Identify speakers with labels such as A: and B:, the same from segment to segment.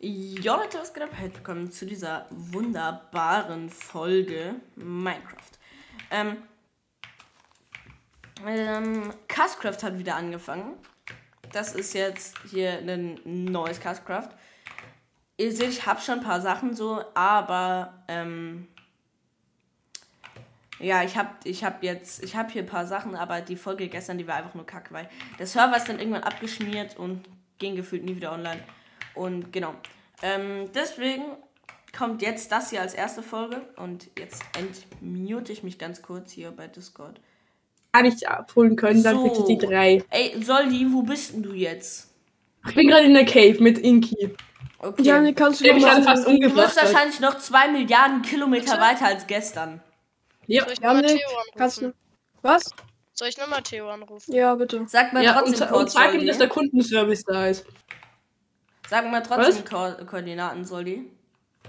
A: Ja, Leute, was geht ab? Herzlich willkommen zu dieser wunderbaren Folge Minecraft. Ähm, ähm, Castcraft hat wieder angefangen. Das ist jetzt hier ein neues Castcraft. Ihr seht, ich habe schon ein paar Sachen so, aber ähm, ja, ich hab, ich hab jetzt, ich hab hier ein paar Sachen, aber die Folge gestern, die war einfach nur kacke, weil der Server ist dann irgendwann abgeschmiert und ging gefühlt nie wieder online. Und genau. Ähm, deswegen kommt jetzt das hier als erste Folge und jetzt entmute ich mich ganz kurz hier bei Discord.
B: gar nicht abholen können, dann
A: So.
B: bitte die drei.
A: Ey, Soldi, wo bist denn du jetzt?
B: Ich bin gerade in der Cave mit Inki.
A: Okay.
C: kannst
B: Ich bin gerade fast
A: du wirst
B: umgebracht. Halt.
A: wahrscheinlich noch zwei Milliarden Kilometer weiter als gestern.
B: Ja.
C: Soll ich
D: Ja,
C: nochmal
D: nee,
C: Theo
D: Kannst du.
C: anrufen?
D: Was?
C: Soll ich nochmal Theo anrufen?
D: Ja, bitte.
A: Sag mal
B: Ja, und,
A: trotzdem
B: und
A: kurz, ne?
B: zeig ihm, dass der
A: Soldi.
B: Kundenservice da ist.
A: Sag mal trotzdem Ko Koordinaten, Soldi.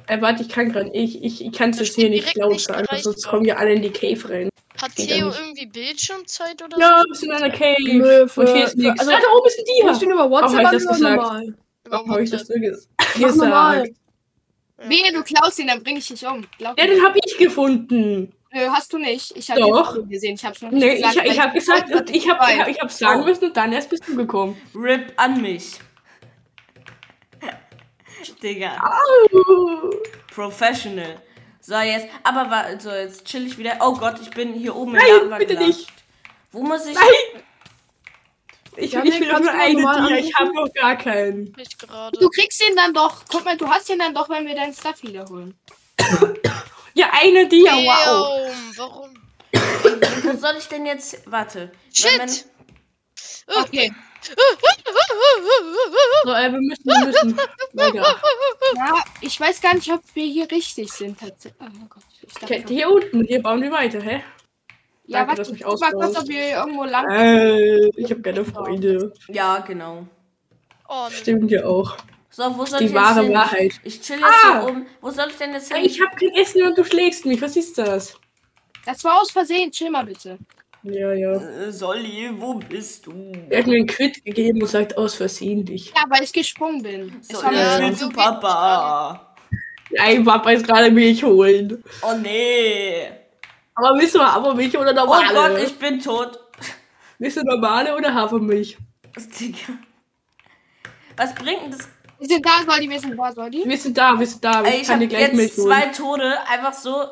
B: Äh, warte, ich kann gerade ich, ich, ich kann es
C: Das
B: jetzt hier
C: steht
B: nicht
C: direkt
B: laut
C: nicht
B: sagen,
C: erreicht
B: sonst
C: worden.
B: kommen wir alle in die Cave rein.
C: Hat
B: Geht ja
C: Theo
B: nicht.
C: irgendwie Bildschirmzeit oder
B: Ja,
C: so?
B: wir sind in der Cave.
D: Nö, für-
B: und hier ist
D: für-
B: nichts.
D: also-
B: Also, da oben ist ein
D: Rufst du
B: Dia.
D: ihn
B: Warum
D: über WhatsApp
B: hab
D: an
B: ich das
D: oder
B: gesagt?
D: normal?
B: Warum habe ich das so ges
D: Mach normal.
B: gesagt?
E: Wehe, du klaust ihn, dann bringe ich dich um. Glaub
B: Ja,
E: mir.
B: den habe ich gefunden.
E: Nö, hast du nicht. Ich habe
B: Doch.
E: gesehen. Ich hab's noch nicht
B: Nee, ich,
E: gesagt. weil
B: ich habe gesagt, und ich habe ich
E: weiß.
B: hab, ich hab sagen müssen und dann erst bist du gekommen.
A: RIP an mich. Digga.
B: Uh.
A: Professional. So, jetzt, aber war, so, jetzt chill ich wieder. Oh Gott, ich bin hier oben im
B: Nein,
A: Lava
B: bitte
A: gelatscht.
B: nicht.
A: Wo muss ich.
B: Nein! Ich,
D: Ja,
B: ich
D: nee,
B: will doch
D: kannst
B: nur
D: du mal
B: eine
D: normal
B: Dia, ich habe
D: anrufen?
B: noch gar keinen.
C: Ich
E: Du
C: gerade.
E: kriegst ihn dann doch. Guck mal, du hast ihn dann doch, wenn wir deinen Stuff wiederholen.
B: Ja, eine Dia, wow.
C: Damn, Warum?
A: Wo soll ich denn jetzt. Warte.
C: Shit.
A: Wenn man-
E: Okay.
B: So, äh, wir müssen, wir müssen. Weiter.
E: Ja, ich weiß gar nicht, ob wir hier richtig sind. tats- Oh Gott. Ich dachte,
B: Okay, hier unten, hier bauen wir weiter, hä?
E: ja,
B: danke,
E: warte,
B: dass du mich
E: guck mal kurz,
B: ausbaust.
E: ob wir irgendwo lang.
B: Äh, ich habe keine Freunde.
A: Ja, genau.
C: Oh, nee.
B: Stimmt ja auch.
A: So, wo soll ich
B: Die
A: jetzt
B: wahre
A: hin?
B: Wahrheit.
A: Ich chill jetzt
B: Ah!
A: hier oben. Wo soll ich denn jetzt hin?
B: Ey, Ich habe kein Essen und du schlägst mich, was ist das?
E: Das war aus Versehen. Chill mal bitte.
B: Ja, ja.
A: Äh, Solli, wo bist du?
B: Er hat mir einen Quid gegeben und sagt aus Versehen dich.
E: Ja, weil ich gesprungen bin. Es war
A: Solli,
C: Ja,
A: ich
E: mir-
A: will
C: so
A: zu
C: geht's
A: Papa.
B: Nein, Papa ist gerade Milch holen.
A: Oh nee.
B: Aber willst du Hafermilch oder
A: Oh
B: normale?
A: Gott, ich bin tot.
B: Willst du normale oder Hafermilch?
A: Digga. Was bringt denn das?
E: Wir sind da, Soldi. Wir sind da, Soldi.
B: Wir sind da, wir sind da.
A: Ey, ich
B: Ich kann
A: habe
B: dir gleich Milch
A: jetzt
B: holen.
A: zwei Tode einfach so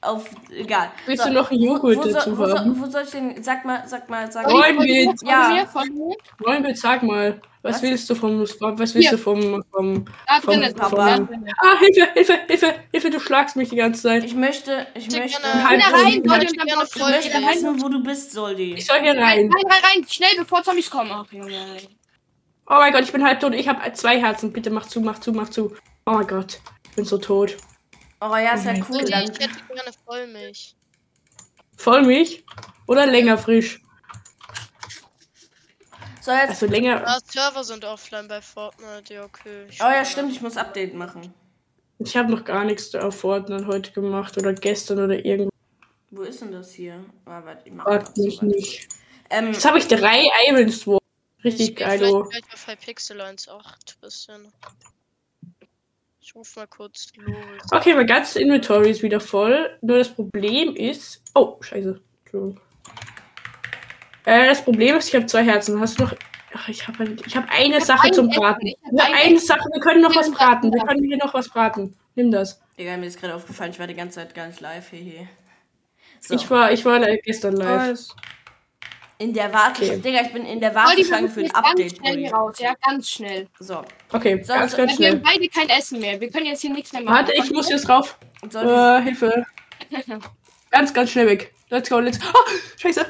A: auf. Egal.
B: Willst
A: So,
B: du noch einen Joghurt
A: wo, soll-
B: dazu
A: wo,
B: haben?
A: soll, wo soll ich denn. Sag mal, sag mal, sag
B: Oh,
A: mal.
B: Moin, Mädels.
E: Ja.
A: Ja.
E: Mir, von mir.
B: Wollen wir, sag mal, was,
A: Was?
B: willst du vom, was willst
E: Hier.
B: du vom, vom,
E: Da
B: vom,
E: drin ist
A: Papa.
E: Da drin.
B: ah, Hilfe, Hilfe, Hilfe, Hilfe, du schlagst mich die ganze Zeit.
A: Ich möchte. Ich
C: Digga,
A: möchte. halt
C: ne-
B: Halb
E: Wieder rein,
B: Minuten.
E: Soldi, und dann
C: Gerne
E: brauchst du
A: Ich
C: voll.
A: möchte halt
E: wieder rein.
A: wissen, wo du bist,
B: Ich
A: Soldi.
B: soll hier rein.
E: Rein, rein, rein, schnell, bevor Zombies kommen. Ach, Junge.
B: Oh mein Gott, ich bin halb tot. Ich habe zwei Herzen. Bitte mach zu, mach zu, mach zu. Oh mein Gott, ich bin so tot.
A: Oh ja, ist ja cool.
C: Soldi,
A: Dann
C: ich hätte gerne Vollmilch.
B: Vollmilch oder länger frisch?
A: So, jetzt.
B: Also länger.
C: Ah, Server sind offline bei Fortnite. Ja, okay. Ich
A: Oh ja, stimmt, ich muss Update machen.
B: Ich habe noch gar nichts auf Fortnite heute gemacht oder gestern oder irgendwas.
A: Wo ist denn das hier? Ah, warte, ich mach
B: Fragt
A: mal
B: mich
A: so weit.
B: nicht.
A: Ähm,
B: Jetzt habe ich drei Iron Swords. Richtig geil, oh.
C: Ich auf Hypixel 1.8 bisschen. Ich ruf mal kurz Loris.
B: Okay, mein ganzes Inventory ist wieder voll. Nur das Problem ist. Oh, scheiße. Entschuldigung. Äh, das Problem ist, ich habe zwei Herzen. Hast du noch. Ach, ich habe ich hab eine Sache
E: ein
B: zum
E: Essen.
B: Braten.
E: Ich hab
B: Nur
E: ein
B: eine
E: Essen.
B: Sache. Wir können noch
E: Nimm
B: was
E: das
B: braten. Wir
E: Braten.
B: können hier noch was braten. Nimm das.
A: Digga, mir ist gerade aufgefallen, ich war die ganze Zeit gar nicht live. Hehe. So.
B: Ich war, ich war live gestern live.
A: in der Warteschlange.
B: Okay.
A: Digga, ich bin in der
E: Soldi,
A: Warteschlange
E: wir
A: für ein
E: müssen ganz
A: Update.
E: schnell hier
A: Bruder.
E: raus, ja, ganz schnell.
A: So,
B: Okay,
A: So,
B: ganz,
A: so,
B: ganz
E: Weil wir
B: schnell.
E: haben beide kein Essen mehr. äh, Wir können jetzt hier nichts mehr machen.
B: Warte, ich muss jetzt rauf.
A: soll
B: Äh, Hilfe. Ganz, ganz schnell weg. Let's go, let's go. Oh, scheiße.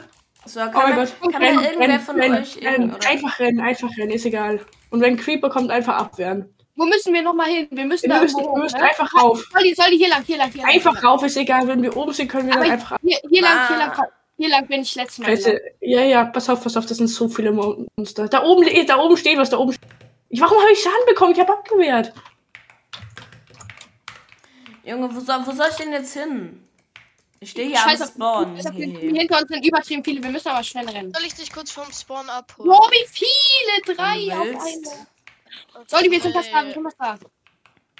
A: ich, so kann,
B: Oh mein
A: man,
B: Gott.
A: kann man irgendwer von
B: rennen,
A: euch.
B: rennen.
A: irgend- oder-
B: Einfach rennen, einfach rennen, ist egal. Und wenn ein Creeper kommt, einfach abwehren.
E: Wo müssen wir nochmal hin? Wir müssen
B: Ihr
E: da
B: müsst,
E: irgendwo
B: ihr
E: hoch,
B: müsst
E: ne?
B: einfach rauf.
E: Soldi, Soldi, hier lang, hier lang, hier lang.
B: Einfach rauf, ist egal. Wenn wir oben sind, können wir
E: Aber
B: dann
E: ich-
B: einfach ab.
E: Hier, hier lang, hier
A: Ah.
E: lang. Hier lang bin ich letztes Mal.
B: Scheiße.
E: gelangt.
B: Ja, ja, pass auf, pass auf, das sind so viele Mon- Monster. Da oben, eh, da oben steht was, da oben. steht- Ich, warum habe ich Schaden bekommen? Ich habe abgewehrt.
A: Junge, wo soll, wo soll ich denn jetzt hin? Ich stehe hier am
E: Scheiße,
A: Spawn.
E: deshalb sind-
A: Hehe.
E: Hinter uns sind übertrieben viele. Wir müssen aber schnell rennen.
C: Soll ich dich kurz vom Spawn abholen?
E: Wow, wie viele? Drei
A: Wenn Oh. du
E: auf
A: willst.
E: einmal. Soldi, wir sind fast da, wir
C: Okay.
E: sind fast da.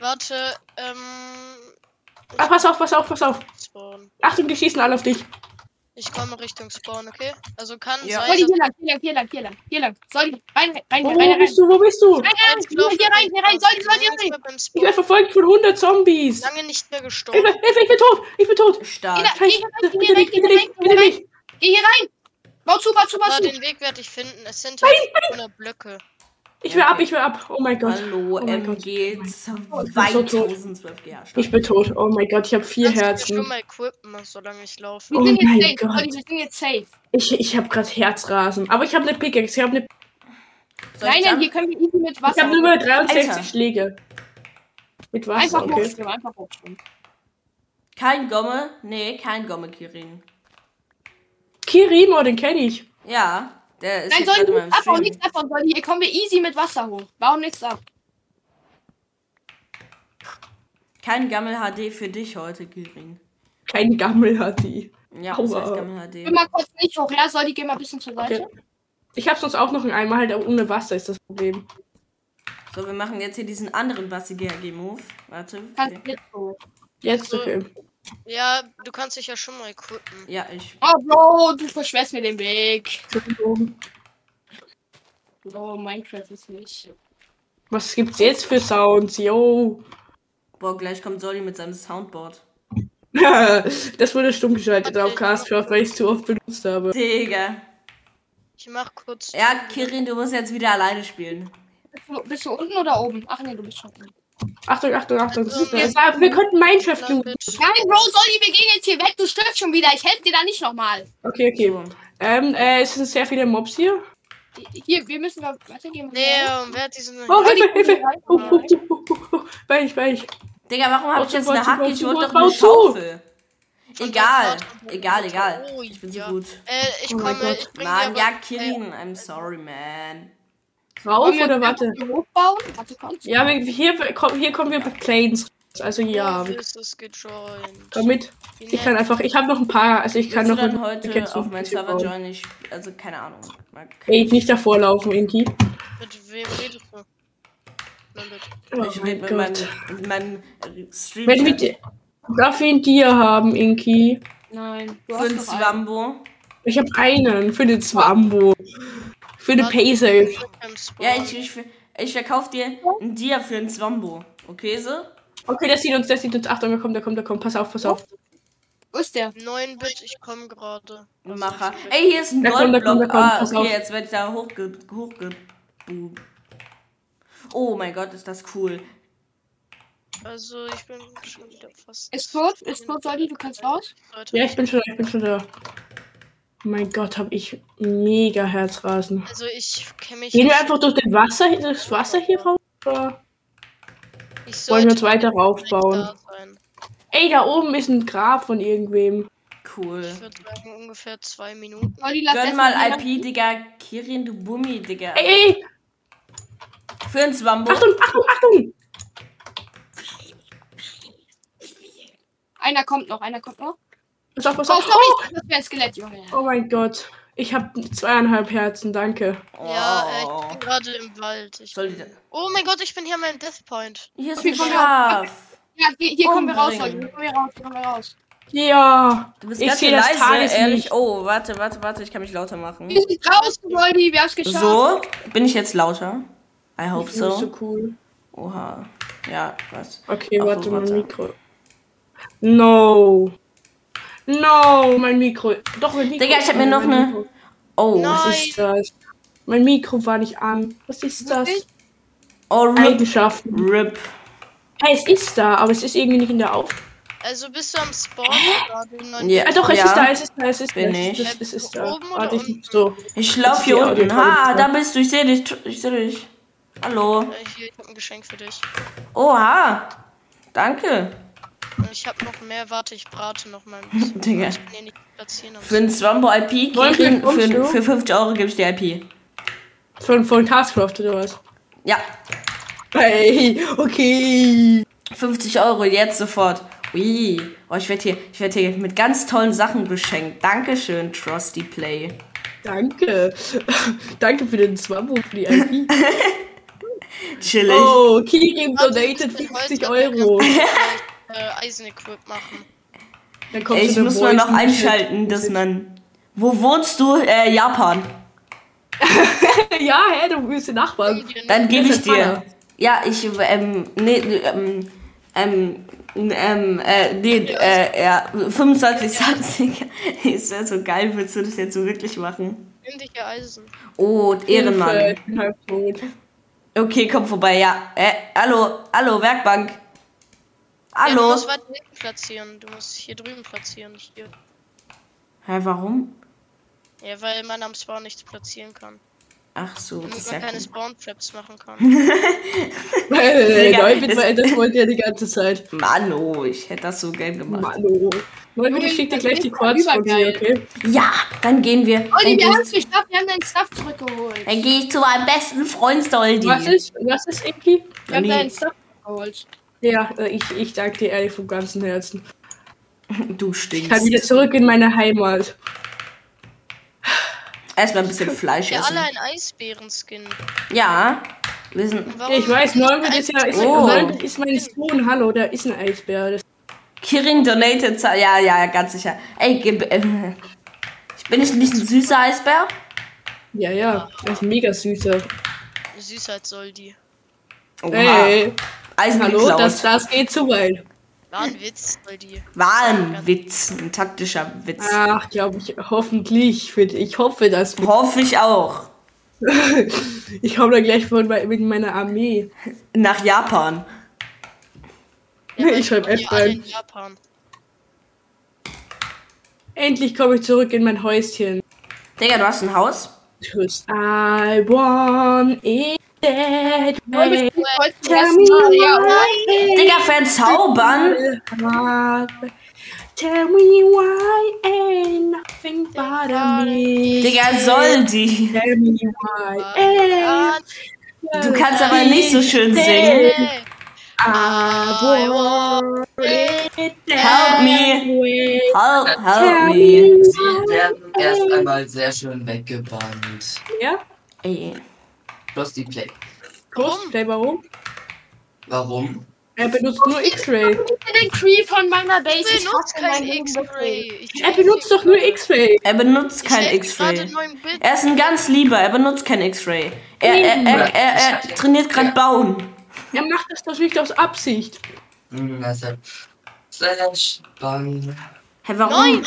C: Warte, ähm.
B: Ah, pass auf, pass auf, pass auf.
C: Spawn.
B: Achtung, die schießen alle auf dich.
C: Ich komme Richtung Spawn, okay? Also kann
A: Ja.
E: Solli,
C: sein.
E: hier lang, hier lang, hier lang, hier lang, hier lang. Solli, rein, rein, rein,
B: Oh, Wo,
E: rein, rein.
B: wo bist du? Wo bist du?
E: Rein, rein, hier, hier rein, hier rein, Solli, Solli, Solli.
B: Ich werde
C: Solli.
B: verfolgt von 100 Zombies.
C: Lange nicht mehr
B: Hilfe,
C: gestorben.
B: Hilfe, ich bin tot. Ich bin tot.
A: Stark.
E: Ina, geh
B: Scheiße,
E: hier rein, geh
B: bitte
E: hier rein,
B: nicht,
E: geh
B: bitte
E: hier rein,
B: nicht,
E: geh hier
B: bitte
E: rein.
B: nicht.
E: Geh hier rein. Bau zu, bau zu, bau
C: Aber
E: zu.
C: den Weg werde ich finden. Es sind halt 100 Blöcke.
B: Ich will ab, ich will ab. Oh mein Gott.
A: Hallo,
B: Oh mein Gott.
A: MG
B: ich bin so tot.
A: 2012 GH.
B: Ich bin tot. Oh mein Gott, ich habe vier
C: Kannst du mir
B: Herzen.
C: schon mal equippen, solange ich laufe.
E: Wir
B: Oh
E: sind
B: mein
E: jetzt safe,
B: Gott.
E: Solli, wir sind jetzt safe.
B: Ich, ich habe gerade Herzrasen. Aber ich habe eine Pickaxe. Ich habe
A: Soll
B: eine,
A: ich
E: Nein, nein,
A: sagen?
E: hier können wir easy mit
B: ich
E: Wasser.
B: hab nur mehr 63
A: Alter.
B: Schläge. Mit Wasser,
E: Einfach
B: okay.
E: hochschwimmen, einfach hochschwimmen.
A: Kein Gomme? Nee, kein Gomme, Kirin.
B: Kirimo, den kenne ich.
A: Ja, der ist
E: Nein,
A: jetzt gerade
E: Solli,
A: mal im
E: nichts abbauen,
A: Stream.
E: nichts abbauen, Solli. Hier kommen wir easy mit Wasser hoch. Bauen nichts ab.
A: Kein Gammel HD für dich heute, Kirin.
B: Keine Gammel hat die.
A: Ja, das
B: Aua.
A: heißt Gammel
E: Geh
A: HD.
E: mal kurz nicht hoch, ja? Solli, geh mal ein bisschen zur Seite.
B: Okay. Ich habe sonst auch noch einen Eimer, halt aber ohne Wasser ist das Problem.
A: So, wir machen jetzt hier diesen anderen Basti GHG-Move. Warte.
E: Kannst
A: Okay.
E: nicht hoch.
B: Jetzt
C: So.
B: okay.
C: Ja, du kannst dich ja schon mal equippen.
A: Ja, ich.
E: Oh, Bro, du verschwerst mir den Weg.
B: Entschuldigung.
E: Bro, Minecraft ist nicht.
B: Was gibt's jetzt für Sounds? Yo.
A: Boah, gleich kommt Solly mit seinem Soundboard.
B: das wurde stumm geschaltet
C: Okay.
B: auf Castcraft, weil ich es zu oft benutzt habe.
A: Digga.
C: Ich mach kurz.
A: Ja, Kirin, du musst jetzt wieder alleine spielen.
E: Bist du, bist du unten oder oben? Ach nee, du bist schon unten.
B: Achtung, Achtung, Achtung. Das ist,
C: Ähm,
B: das war, wir konnten Minecraft looten.
C: Damit-
E: Nein, Bro, Solli, wir gehen jetzt hier weg. Du stirbst schon wieder. Ich helfe dir da nicht nochmal.
B: Okay, okay.
A: So.
B: Ähm, äh, es sind sehr viele Mobs hier.
E: Hier, wir müssen da weitergehen.
C: Nee, ähm, wer hat diesen.
B: Oh, Hilfe,
E: die-
B: Hilfe. Oh, oh, oh, oh, oh, oh. Weich, weich.
A: Digga, warum hab
B: Bau
A: ich
B: zu,
A: jetzt
B: bau
A: eine
B: zu, bau
A: Hacke? Ich
B: zu,
A: wollte doch
B: bau
A: eine
B: zu.
A: Schaufel. Egal.
C: Und-
A: Egal, egal.
C: Oh,
A: Ich bin so
C: ja.
A: gut.
C: Äh, ich
B: Oh mein
C: komme,
B: Gott.
C: ich bring
A: Mann,
C: dir Äh,
A: ja,
C: aber-
A: Kirin, I'm sorry, man.
B: Rauf
E: Wollen wir
B: oder warte?
E: hier Hochbauen? Warte, kommst du?
B: Ja, wir- hier, komm- hier kommen wir bei Planes. Also ja,
C: Wolf ist es gejoint.
B: komm mit.
C: Wie
B: Ich kann
C: nett.
B: einfach, ich habe noch ein paar, also ich kann
A: Willst du
B: noch.
A: dann
B: Pickaxe
A: heute
B: und
A: auf meinen
B: Pickaxe
A: Server
B: bauen.
A: joinen? Ich, also, keine Ahnung. Man kann-
B: Ey, nicht davor laufen, Inti.
C: Mit wem redest du? Na, mit.
B: Oh
A: ich rede
B: mein
A: mit
B: Gott.
A: meinem, mit meinem Stream.
B: Wenn wir die- darf ich einen Dia haben, Inki?
E: Nein, du
A: Fünf
E: hast noch einen.
A: Swambo.
B: Ich habe einen für den Zwambo. Für den
C: Warte,
B: Paysafe.
C: ich bin beim Spawn.
A: Ja, ich, ich, ich verkaufe dir ein Dia für ein Swambo. Okay, so?
B: Okay, das sieht uns, das sieht uns. Achtung, da kommt, da kommt, da kommt. Pass auf, pass auf.
E: Wo ist der?
C: 9 Bit, ich komme gerade.
A: Ein Macher. Ey, hier ist ein
B: Da kommt, da kommt, da
A: Goldblock.
B: kommt,
A: Ah,
B: pass
A: okay,
B: auf.
A: jetzt werde ich da hochge... hochge bu- oh mein Gott, ist das cool.
C: Also, ich bin schon wieder fast.
E: Ist tot? Ist tot, Solli? Du kannst raus?
C: Leute,
B: Ja, ich bin schon da, ich bin schon da. Oh Mein Gott, hab ich mega Herzrasen.
C: Also, ich kenne mich.
B: Gehen wir
C: nicht-
B: einfach durch den Wasser, das Wasser hier rauf? Oder
C: Ich
B: wollen wir uns
C: sollte
B: weiter
C: nicht
B: raufbauen?
C: da sein.
B: Ey, da oben ist ein Grab von irgendwem.
A: Cool.
C: Ich würde sagen, ungefähr 2 Minuten.
E: Solli, lass
A: Gönn
E: erst
A: mal
E: die-
A: IP, Digga. Kirin, du Bummi, Digga.
B: Ey, ey, ey,
A: Für ein Swambo.
B: Achtung, Achtung, Achtung!
E: Einer kommt noch, einer kommt noch.
B: Pass auf, pass
E: Oh,
B: auf.
E: sorry, das wäre ein Skelett, Junge.
B: Oh mein Gott. Ich habe zweieinhalb Herzen, danke.
A: Oh.
C: Ja, äh, ich bin gerade im Wald. Ich
A: Soll die da-
C: oh mein Gott, ich bin hier an meinem Death Point.
A: Hier ist
E: Okay,
A: ein
E: komm, ja.
A: Schaf.
E: Ja, hier, hier kommen wir raus,
A: Umbringen.
E: Solli. Hier kommen wir raus, hier kommen wir raus.
B: Ja.
A: Du bist
B: Ich
A: ganz
B: seh
A: schön
B: das
A: leise,
B: Tageslicht.
A: ehrlich. Oh, warte, warte, warte, ich kann mich lauter machen.
E: Wir sind raus, Solli, wir haben's geschafft.
A: So, bin ich jetzt lauter? I hope
B: Das ist so
A: so.
B: cool.
A: Oha. Ja, was?
B: Okay,
A: Ach so,
B: warte, mein
A: warte.
B: Mikro. No. No, mein Mikro. Doch, mein Mikro.
A: Digga, ich hab mir noch
B: Mein
A: ne-
B: Mikro.
A: Oh,
C: Nein.
B: Was ist das? Mein Mikro war nicht an. Was ist das?
E: Wirklich?
A: oh RIP.
B: Eigenschaften.
A: RIP.
B: Hey, es ist da, aber es ist irgendwie nicht in der Auf.
C: Also, bist du am Spawn gerade? Neun-
A: Ja.
B: Ah, doch, es
A: Ja.
B: ist da, es ist da, es ist da.
A: Bin
B: es
A: ich.
B: ist- Es ist da.
C: Oben oder
B: Warte, ich
C: unten?
B: so.
A: Ich
B: Jetzt
A: lauf hier
B: die
A: unten.
B: Audioqualität.
A: Ah, da bist du. Ich sehe dich. Ich sehe dich. Hallo.
C: Äh, Hier, ich habe ein Geschenk für dich.
A: Oha. Danke.
C: Und Ich habe noch mehr. Warte, ich brate noch mal ein bisschen.
A: Digga.
C: Ich kann hier nicht platzieren.
A: Für ein Swambo IP,
B: Wollen
A: Kirin,
B: wir- kommst
A: für,
B: du?
A: für 50 Euro gebe ich dir IP.
B: Von, von Castcraft oder was?
A: Ja,
B: Hey, okay.
A: 50 Euro jetzt sofort. Ui. Oh, ich werde hier, ich werd hier mit ganz tollen Sachen beschenkt. Dankeschön, Trusty Play.
B: Danke. Danke für den Swambo, für die IP.
A: Chillig.
B: Oh, Kiki donated
C: Also Ich bin
B: 50
C: Holzbauer,
B: Euro.
C: kann ich, äh, Eisenequip machen.
B: Dann
A: Ey,
B: kommt
A: ich
B: so eine
A: muss mal
B: Voice
A: noch
B: mit-
A: einschalten, dass man. Wo wohnst du? Äh, Japan.
B: Ja, hä, du bist der Nachbar.
A: Dann gebe
B: Das
A: ich
B: ist
A: dir.
B: teuer.
A: Ja, ich, ähm, nee, ähm, ähm, ähm, äh, nee, äh, ja, 25, 20. Ist ja so geil, willst du das jetzt so wirklich machen?
C: Indische Eisen.
A: Oh, Ehrenmann.
B: Ich bin Äh, halb tot.
A: Okay, komm vorbei, ja. Äh, hallo, hallo, Werkbank.
C: Ja, du
A: Hallo.
C: musst weiter hinten platzieren. Du musst hier drüben platzieren. nicht Hier.
A: Hä, warum?
C: Ja, weil man am Spawn nichts platzieren kann.
A: Ach so, das
C: Damit
A: ist ja
C: man keine
A: gut.
C: Spawn-Traps machen kann.
B: Äh,
A: Digga,
B: Leute,
A: das-
B: das wollt ihr die ganze Zeit.
A: Mann, oh, ich hätte das so gern gemacht.
B: Manu. Leute, ich schick dir gleich die Quads von dir, okay?
A: Ja, dann gehen wir. Dann
E: Olli,
A: geh
E: wir
A: ich-
E: haben es geschafft, wir haben deinen Stuff zurückgeholt.
A: dann gehe ich zu meinem besten Freund Stoldi.
B: Was ist, was ist, Inki?
E: Wir haben
A: Nee.
E: deinen Stuff zurückgeholt.
B: Ja, äh, ich, ich danke dir ehrlich vom ganzen Herzen.
A: Du
B: Ich kann wieder
A: stinkst.
B: zurück in meine Heimat.
A: Erstmal ein bisschen Fleisch
C: Ja,
A: essen.
C: alle ein Eisbären-Skin.
A: Ja, wir sind.
C: Warum
B: Ich weiß, Norbert ist ja, ist,
A: Oh.
B: Norbert ist mein Sohn. Hallo, da ist ein Eisbär. Das
A: Kirin donated. Za- Ja, ja, ganz sicher. Ey, gib. Äh, ich bin nicht, nicht ein süßer Eisbär.
B: Ja, ja, das ist mega süßer.
C: Süßheit soll die.
A: Oha.
B: Ey,
A: Eisen
B: hallo,
A: geklaut.
B: das, das geht zu weit.
C: War ein Witz, soll die.
A: War ein Witz, ein taktischer Witz.
B: Ach, glaube ich, hoffentlich. Für, ich hoffe, dass
A: Hoffe ich auch.
B: ich komme da gleich von mei- mit meiner Armee.
A: Nach Japan.
C: Ja,
B: Ich schreib
C: weil die
B: F
C: alle
B: rein.
C: in Japan.
B: Endlich komme ich zurück in mein Häuschen.
A: Digga, du hast ein Haus?
B: Tschüss. I want it that
E: Nur
B: way.
E: bis zum
B: Tell
E: ersten
B: me
E: Mal, ja.
B: why.
A: Digga, verzaubern?
B: Tell me why ain't nothing but a me.
A: Digga, soll die.
B: Tell me why ain't
C: Ah,
A: Du kannst aber nicht so schön singen.
C: nee. Ah,
B: I want it
A: Help me.
B: me.
A: Help,
B: Tell
A: help me.
B: me.
D: Sie werden erst einmal sehr schön weggebannt.
B: Ja,
A: Ey,
D: Plus die Play.
B: Cosplay, warum?
D: Warum?
B: Er benutzt nur X-Ray.
E: Ich bin den Creep von meiner Base.
C: Ich benutze
E: hasse
C: kein
E: meinen Hunden.
C: X-Ray. Ich-
B: Er benutzt doch nur X-Ray.
A: Er benutzt
C: Ich
A: kein
C: stell gerade
A: X-Ray.
C: einen neuen Bild.
A: Er ist ein ganz lieber, er benutzt kein X-Ray. Er, er, er, er, er trainiert gerade Bauen.
B: Er macht das natürlich aus Absicht.
D: Hm, Deshalb. Sehr spannend.
A: Hä, warum?
C: Nein.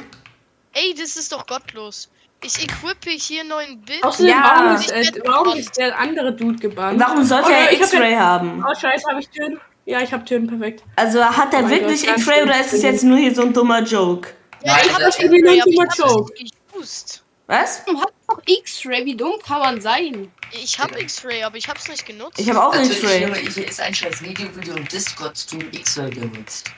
C: Ey, das ist doch gottlos. Ich equippe hier neuen Bild.
B: Außerdem,
A: Ja.
B: warum, ist, äh, warum ist der andere Dude gebannt?
A: Warum sollte
B: Oh,
A: er
B: ich hab
A: X-Ray haben?
B: Oh, scheiße, habe ich Tönen? Ja, ich habe Tönen, perfekt.
A: Also hat er
B: mein
A: wirklich
B: Gott, ganz
A: X-Ray oder ist es jetzt nur hier so ein dummer Joke?
C: Ja, ich hab das
D: Nein, das-
C: irgendwie
B: das-
C: noch nicht
B: das-
C: gemacht. Ich gepust.
A: Was?
E: Du hast doch X-Ray, wie dumm kann man sein?
C: Ich hab X-Ray, aber ich hab's nicht genutzt.
A: Ich habe auch
D: Natürlich,
A: X-Ray.
D: Junge, hier ist ein scheiß Videovideo im um Discord zu X-Ray genutzt.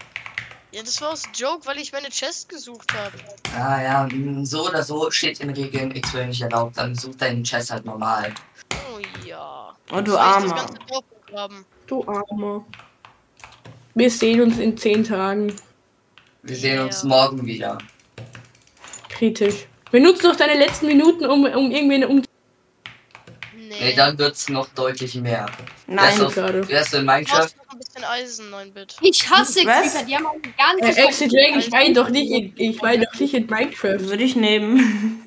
C: ja, das war aus Joke, weil ich meine Chest gesucht habe.
D: Ah ja, hm, so oder so steht in Regeln X-Ray nicht erlaubt. Dann such deinen Chest halt normal.
C: Oh ja.
A: Oh, du
C: Soll ich das
A: Armer.
C: Ganze draufgraben?
B: Du Armer. Wir sehen uns in zehn Tagen.
D: Wir sehen
C: Ja.
D: uns morgen wieder.
B: Kritisch. Benutz doch deine letzten Minuten, um, um irgendwen um.
D: Nee,
C: Nee.
D: dann wird's noch deutlich mehr.
A: Nein.
D: Wärst
B: gerade.
D: du, wärst du in
C: Ich
D: Minecraft?
C: brauchst noch ein bisschen Eisen, neuen Bit.
E: Ich hasse
A: Was?
E: Creeper, die haben auch ein ganzes.
B: Äh, Exit Dragon, ich meine doch nicht in, ich meine doch nicht in Minecraft.
A: Würde ich nehmen.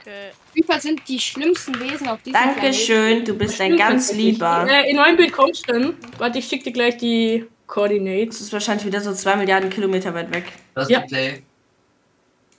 C: Okay.
E: Creeper sind die schlimmsten Wesen auf diesem
A: Dankeschön, du bist ein ganz lieber.
B: Äh, in neuen Bild kommst du dann. Warte, ich schick dir gleich die
A: Das
B: Coordinates.
A: ist wahrscheinlich wieder so zwei Milliarden Kilometer weit weg.
D: Plus
B: Ja.
D: die Play.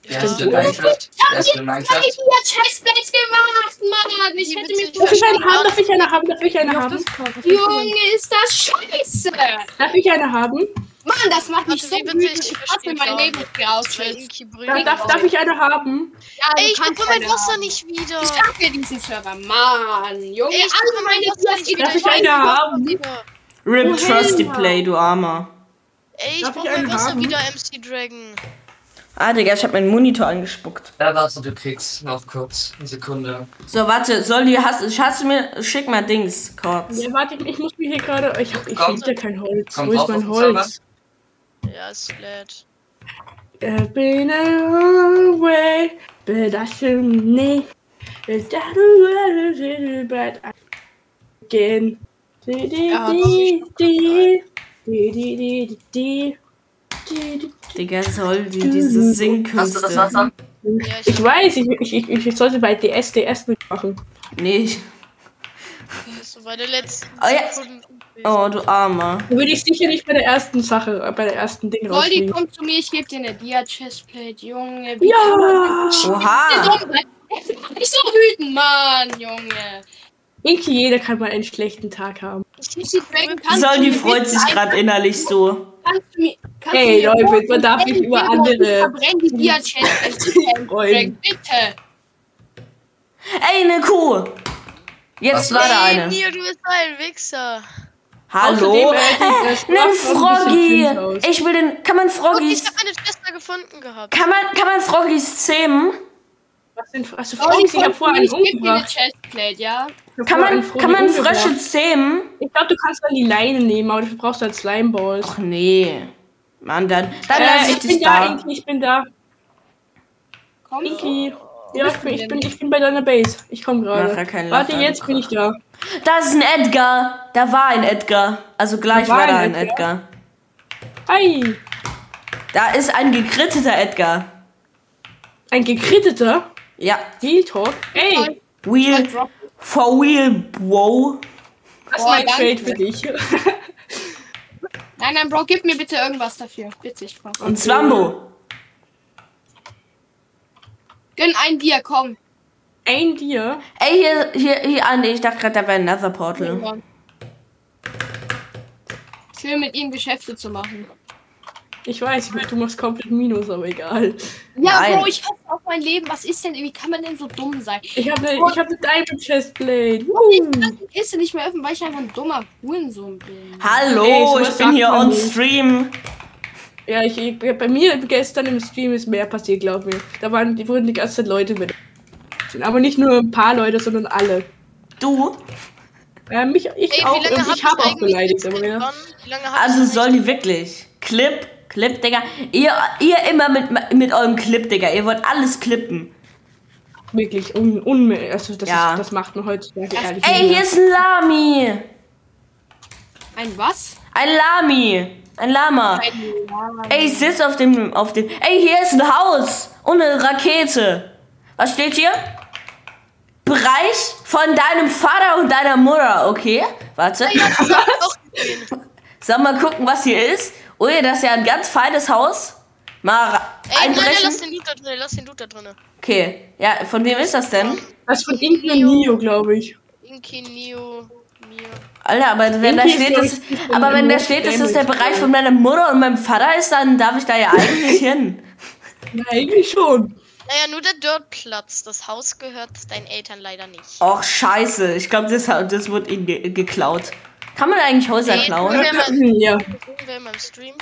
C: Ja.
D: Wärst du in Minecraft? Wärst du
E: Planeten.
D: in
E: Ich
D: Minecraft?
E: hab wieder Chestplates gemacht, Mann! Ich hätte mich.
B: Darf ich eine haben? Darf ich eine haben? Darf ich eine haben?
E: Junge, ist das scheiße!
B: Darf ich eine haben?
E: Mann, das macht mich
C: Warte,
E: so
C: wie bitte?
E: müde.
C: Ich
E: Ich hasse
C: verstehe
E: mein
C: gar
E: Leben hier aus.
C: Das war
E: Chase.
C: Inki Brüder.
B: Darf, darf, darf ich eine haben?
E: Ja,
C: Ey,
E: du
C: ich
E: kannst
C: bekomme mein
E: keine
C: Wasser
E: haben.
C: nicht wieder.
E: Ich hab mir diesen Server, Mann! Junge,
C: Ey, ich
E: alle
C: bekomme mein
E: meine
C: Wasser
E: Dias
C: nicht
E: gehen
C: wieder.
B: Darf ich
E: rein.
B: eine haben?
C: wieder.
A: Rip
E: Wohin?
A: Trusty Play, du Armer.
C: Ey, ich
B: Darf
C: brauch
B: ich
C: mein
B: einen
C: Wasser
B: haben?
C: wieder, MC Dragon.
A: Ah, Digga, ich hab meinen Monitor angespuckt.
D: Ja, warte, du kriegst noch kurz. Eine Sekunde.
A: So, warte, soll die, hast, hast du mir, schick mal Dings, Korps.
B: Ja, warte, ich, ich muss mich hier gerade. Ich, ich
D: Komm.
B: finde ja kein Holz.
D: Komm
B: Wo ist
D: drauf
B: mein
D: auf den
B: Holz?
C: Ja, ist lädt.
B: I've been a long way, but I should nicht. But I don't wanna do it, but I can. Di, di,
C: Ja, das
B: di,
C: ist
B: di. Di, di, di, di, di. Di, di.
A: Digga, soll wie diese
D: Hast du das
A: Singkünste.
D: Wasser?
C: Ja, ich,
B: Ich weiß, ich, ich, ich, ich sollte bei DS DS mitmachen.
A: Nee. ich-
C: das war der letzte.
A: Oh ja. Oh, du Armer.
B: Da würde ich sicher nicht bei der ersten Sache, äh, bei der ersten Ding
E: Goldi,
B: rausfliegen.
E: komm zu mir, ich gebe dir eine Dia-Chestplate, Junge. Wie kann man
B: Ja!
E: denn
A: Oha.
E: dumm sein? Nicht so wütend, Mann, Junge.
B: Inki, jeder kann mal einen schlechten Tag haben.
E: Sissy Dragon kannst
A: Soll
E: du
A: die
E: mir
A: freut
E: bitte
A: sich
E: ein-
A: gerade innerlich so.
E: Kannst du mir, kannst
B: Hey,
E: du mir
B: Leute,
E: roten
B: man darf nicht
E: Bären
B: über
E: geben und ich
B: andere-
E: verbrenn die
B: Freuen.
E: Dia-Chestplate, Dragon, bitte.
A: Ey, eine Kuh. Jetzt
D: Was?
A: war da eine.
C: Nio, du bist ein Wichser.
A: Hallo?
B: Außerdem, äh, die- das
A: Nen
B: macht auch ein bisschen
A: Froggy!
B: Sinn aus.
A: Ich will den. Kann man
C: Und ich
A: Froggys.
C: habe meine Schwester gefunden gehabt.
A: Kann man, kann man Froggys zähmen?
B: Was sind, also
E: Goldi,
B: Frogs, ich hab
E: komm zu
B: vorher
E: mir,
B: einen
E: ich gebe dir eine
B: umgebracht.
E: Chestplate, ja?
B: Ich
A: Kann
B: hab vorher
A: man,
B: einen Froggy
A: kann man
B: umgebracht.
A: Frösche zähmen?
B: Ich glaube, du kannst dann die Leine nehmen, aber dafür brauchst du halt Slimeballs.
A: Ach nee. Mann, dann, dann
B: Äh,
A: lass ich
B: ich bin
A: dich
B: da,
A: da.
B: Inki, ich bin da.
E: Komm.
B: Inki. Ja, ich bin, ich bin, ich bin bei deiner Base. Ich komme
A: Mach ja
B: gerade.
A: keinen
B: Warte,
A: Lacher,
B: jetzt bin ich da.
A: Da ist ein Edgar. Da war ein Edgar. Also gleich
B: Da war
A: war da
B: ein
A: ein Edgar.
B: Hi!
A: Da ist ein gekritteter Edgar.
B: Ein gekritteter
A: Ja.
B: Deal Talk. Ey,
A: Wheel. For real, wow.
B: das ist
E: Boah,
B: mein
E: danke.
B: Trade für dich.
E: Nein, nein, Bro, gib mir bitte irgendwas dafür. Bitte, ich brauch.
A: Und Zwambo.
E: Gönn ein Dia, komm.
B: Ein Dir.
A: Ey, hier, hier, hier. Ah, nee, ich dachte gerade, da wäre ein Nether Portal.
E: Ich will mit ihm Geschäfte zu machen.
B: Ich weiß, ich meine, du machst komplett Minus, aber egal.
E: Ja,
A: Nein.
E: Bro, ich hasse auch mein Leben. Was ist denn, wie kann man denn so dumm sein?
B: Ich habe eine hab ne Diamond Chestplate.
E: Ich
B: Woo.
E: kann die Kiste nicht mehr öffnen, weil ich einfach ein dummer Hurensohn bin.
B: Ey,
A: Hallo,
B: sowas
A: ich
B: sagt
A: bin hier
B: man
A: on
B: nicht.
A: stream.
B: Ja, ich, ich, bei mir gestern im Stream ist mehr passiert, glaub mir. Da waren, die wurden die ganze Zeit Leute mit. Aber nicht nur ein paar Leute, sondern alle.
A: Du?
B: Äh, mich, ich
C: Ey,
B: auch,
C: wie lange
B: irgendwie-
C: hab
B: ich habe auch
C: eigentlich
B: beleidigt,
C: nicht
B: aber ja.
C: gewonnen? Wie lange hab
A: Also
C: ich
A: soll die wirklich. Clip, Clip, Digga. Ihr, ihr immer mit, mit eurem Clip, Digga. Ihr wollt alles clippen.
B: Wirklich, un, un, also das,
A: Ja.
B: ist, das macht man heutzutage ehrlich.
A: Ey, hier ist ein Lami.
E: Ein was?
A: Ein Lami. Ein Lama. Ey, ich sitz auf dem, auf dem. Ey, hier ist ein Haus. Und eine Rakete. Was steht hier? Bereich von deinem Vater und deiner Mutter, okay? Warte.
C: auch
A: Sag mal gucken, was hier ist. Ui, das ist ja ein ganz feines Haus. Mal ra-
C: Ey, nein, nein, lass
A: einbrechen.
C: den Loot da drin, lass den Loot da drin.
A: Okay. Ja, von wem ist das denn?
B: Das von irgendeinem Nio, glaube ich.
C: Inki, Nio, Mio.
A: Alter, aber wenn da
B: Irgendwie ist
A: steht,
B: doch
A: das,
B: richtig von
A: aber
B: meinem
A: wenn da
B: Mund
A: steht, das ist der
B: dämlich.
A: Bereich von meiner Mutter und meinem Vater ist, dann darf ich da ja eigentlich hin.
B: Ja, eigentlich schon.
C: Naja, nur der Dirtplatz. Das Haus gehört deinen Eltern leider nicht.
A: Och, scheiße. Ich glaube, das, das wird ihnen ge geklaut. Kann man eigentlich Häuser
C: Nee,
A: klauen?
C: nee. Ja,
B: ja.
C: man- Das sehen wir in meinem Stream.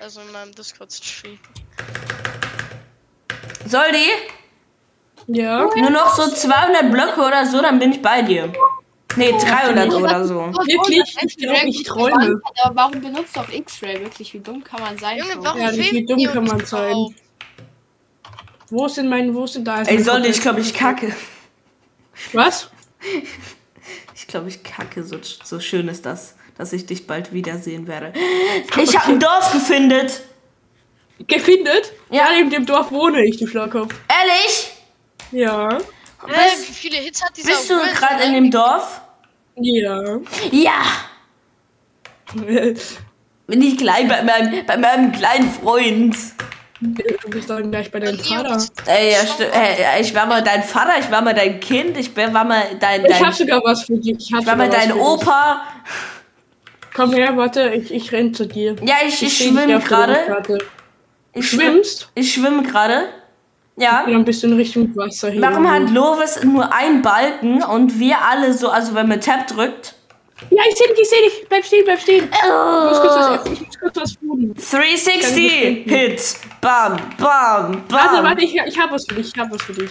C: Also in meinem Discord-Stream.
A: Soll die?
B: Ja.
A: Nur noch so 200 Blöcke oder so, dann bin ich bei dir. Nee, 300 oder so.
B: Wirklich? Ich glaub, ich träume.
E: Aber warum benutzt du auf X-Ray wirklich? Wie dumm kann man sein?
C: Junge,
E: Bro?
C: warum
B: Ja, wie
C: filmt
B: dumm
C: ihr
B: kann
C: uns
B: man sein?
C: überhaupt?
B: Wo sind meine, wo sind da?
A: Ey, soll die? Ich glaube, ich kacke.
B: Was?
A: Ich glaube, ich kacke. So, so schön ist das, dass ich dich bald wiedersehen werde. Ich habe ein Dorf gefunden.
B: Gefindet?
A: Ja.
B: Ja, in dem Dorf wohne ich, du Schlagkopf.
A: Ehrlich?
B: Ja.
C: Äh,
A: Bist,
C: wie viele Hits hat dieser
A: bist du
C: Wilson,
A: gerade in
C: ne?
A: dem Dorf?
B: Ja.
A: Ja. Bin ich gleich bei meinem, bei meinem kleinen Freund.
B: Du bist dann gleich bei deinem
C: Und Nio,
B: Vater.
C: was-
A: Ey, ja, sti- hey, äh, ich war mal dein Vater, ich war mal dein Kind, ich bin, war mal dein,
B: Ich
A: dein
B: hab sogar was für dich. Ich hab
A: ich war mal
B: sogar was
A: dein
B: für dich.
A: Opa.
B: Komm her, warte, ich, ich renn zu dir.
A: Ja, ich, ich
B: seh dich
A: schwimme
B: auf der
A: gerade.
B: Landkarte.
A: Ich schwimme.
B: Schwimmst?
A: Ich schwimme gerade. Ja.
B: Und dann bist du in Richtung Wasser hin.
A: Warum hat Lovis nur einen Balken und wir alle so, also wenn man Tab drückt.
B: Ja, ich seh dich, ich seh dich. Bleib stehen, bleib stehen. Ich muss kurz
A: Oh,
B: was, ich muss kurz was tun.
A: 360 Hit. Bam, bam,
B: Warte,
A: bam.
B: warte, ich, ich hab was für dich, ich hab was für dich.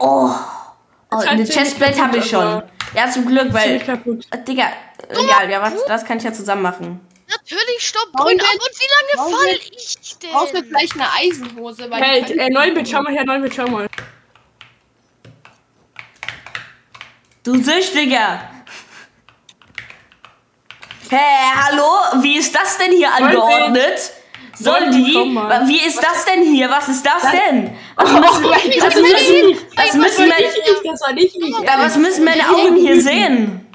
A: Oh. oh
B: Jetzt
A: eine
B: halt
A: Chestplate
B: ziemlich
A: habe ich schon.
B: kaputt,
A: Ja, zum Glück, weil.
B: Ziemlich kaputt.
A: Äh, Digga, egal, ja, was, das kann ich ja zusammen machen.
C: Natürlich stopp
E: Warum
C: grün ab. Und wie lange
E: warum
C: fall
E: jetzt-
C: ich denn?
E: Brauchst du vielleicht eine Eisenhose? Weil
B: Hey,
E: die
B: äh,
E: können-
B: Neubit, schau mal her, Neubit, schau mal.
A: Du Süchtiger! Hä, hallo? Wie ist das denn hier
B: Wollen wir-
A: angeordnet? Soll
B: Wollen wir
A: die?
B: kommen?
A: Wa- Wie ist das denn hier? Was ist das denn? Was müssen wir, was
B: das war
A: müssen,
B: nicht ich.
A: was
B: Das
A: Oh, müssen,
B: war nicht
A: meine,
B: ich. Das war nicht ich.
A: ja, was müssen meine Augen hier sehen?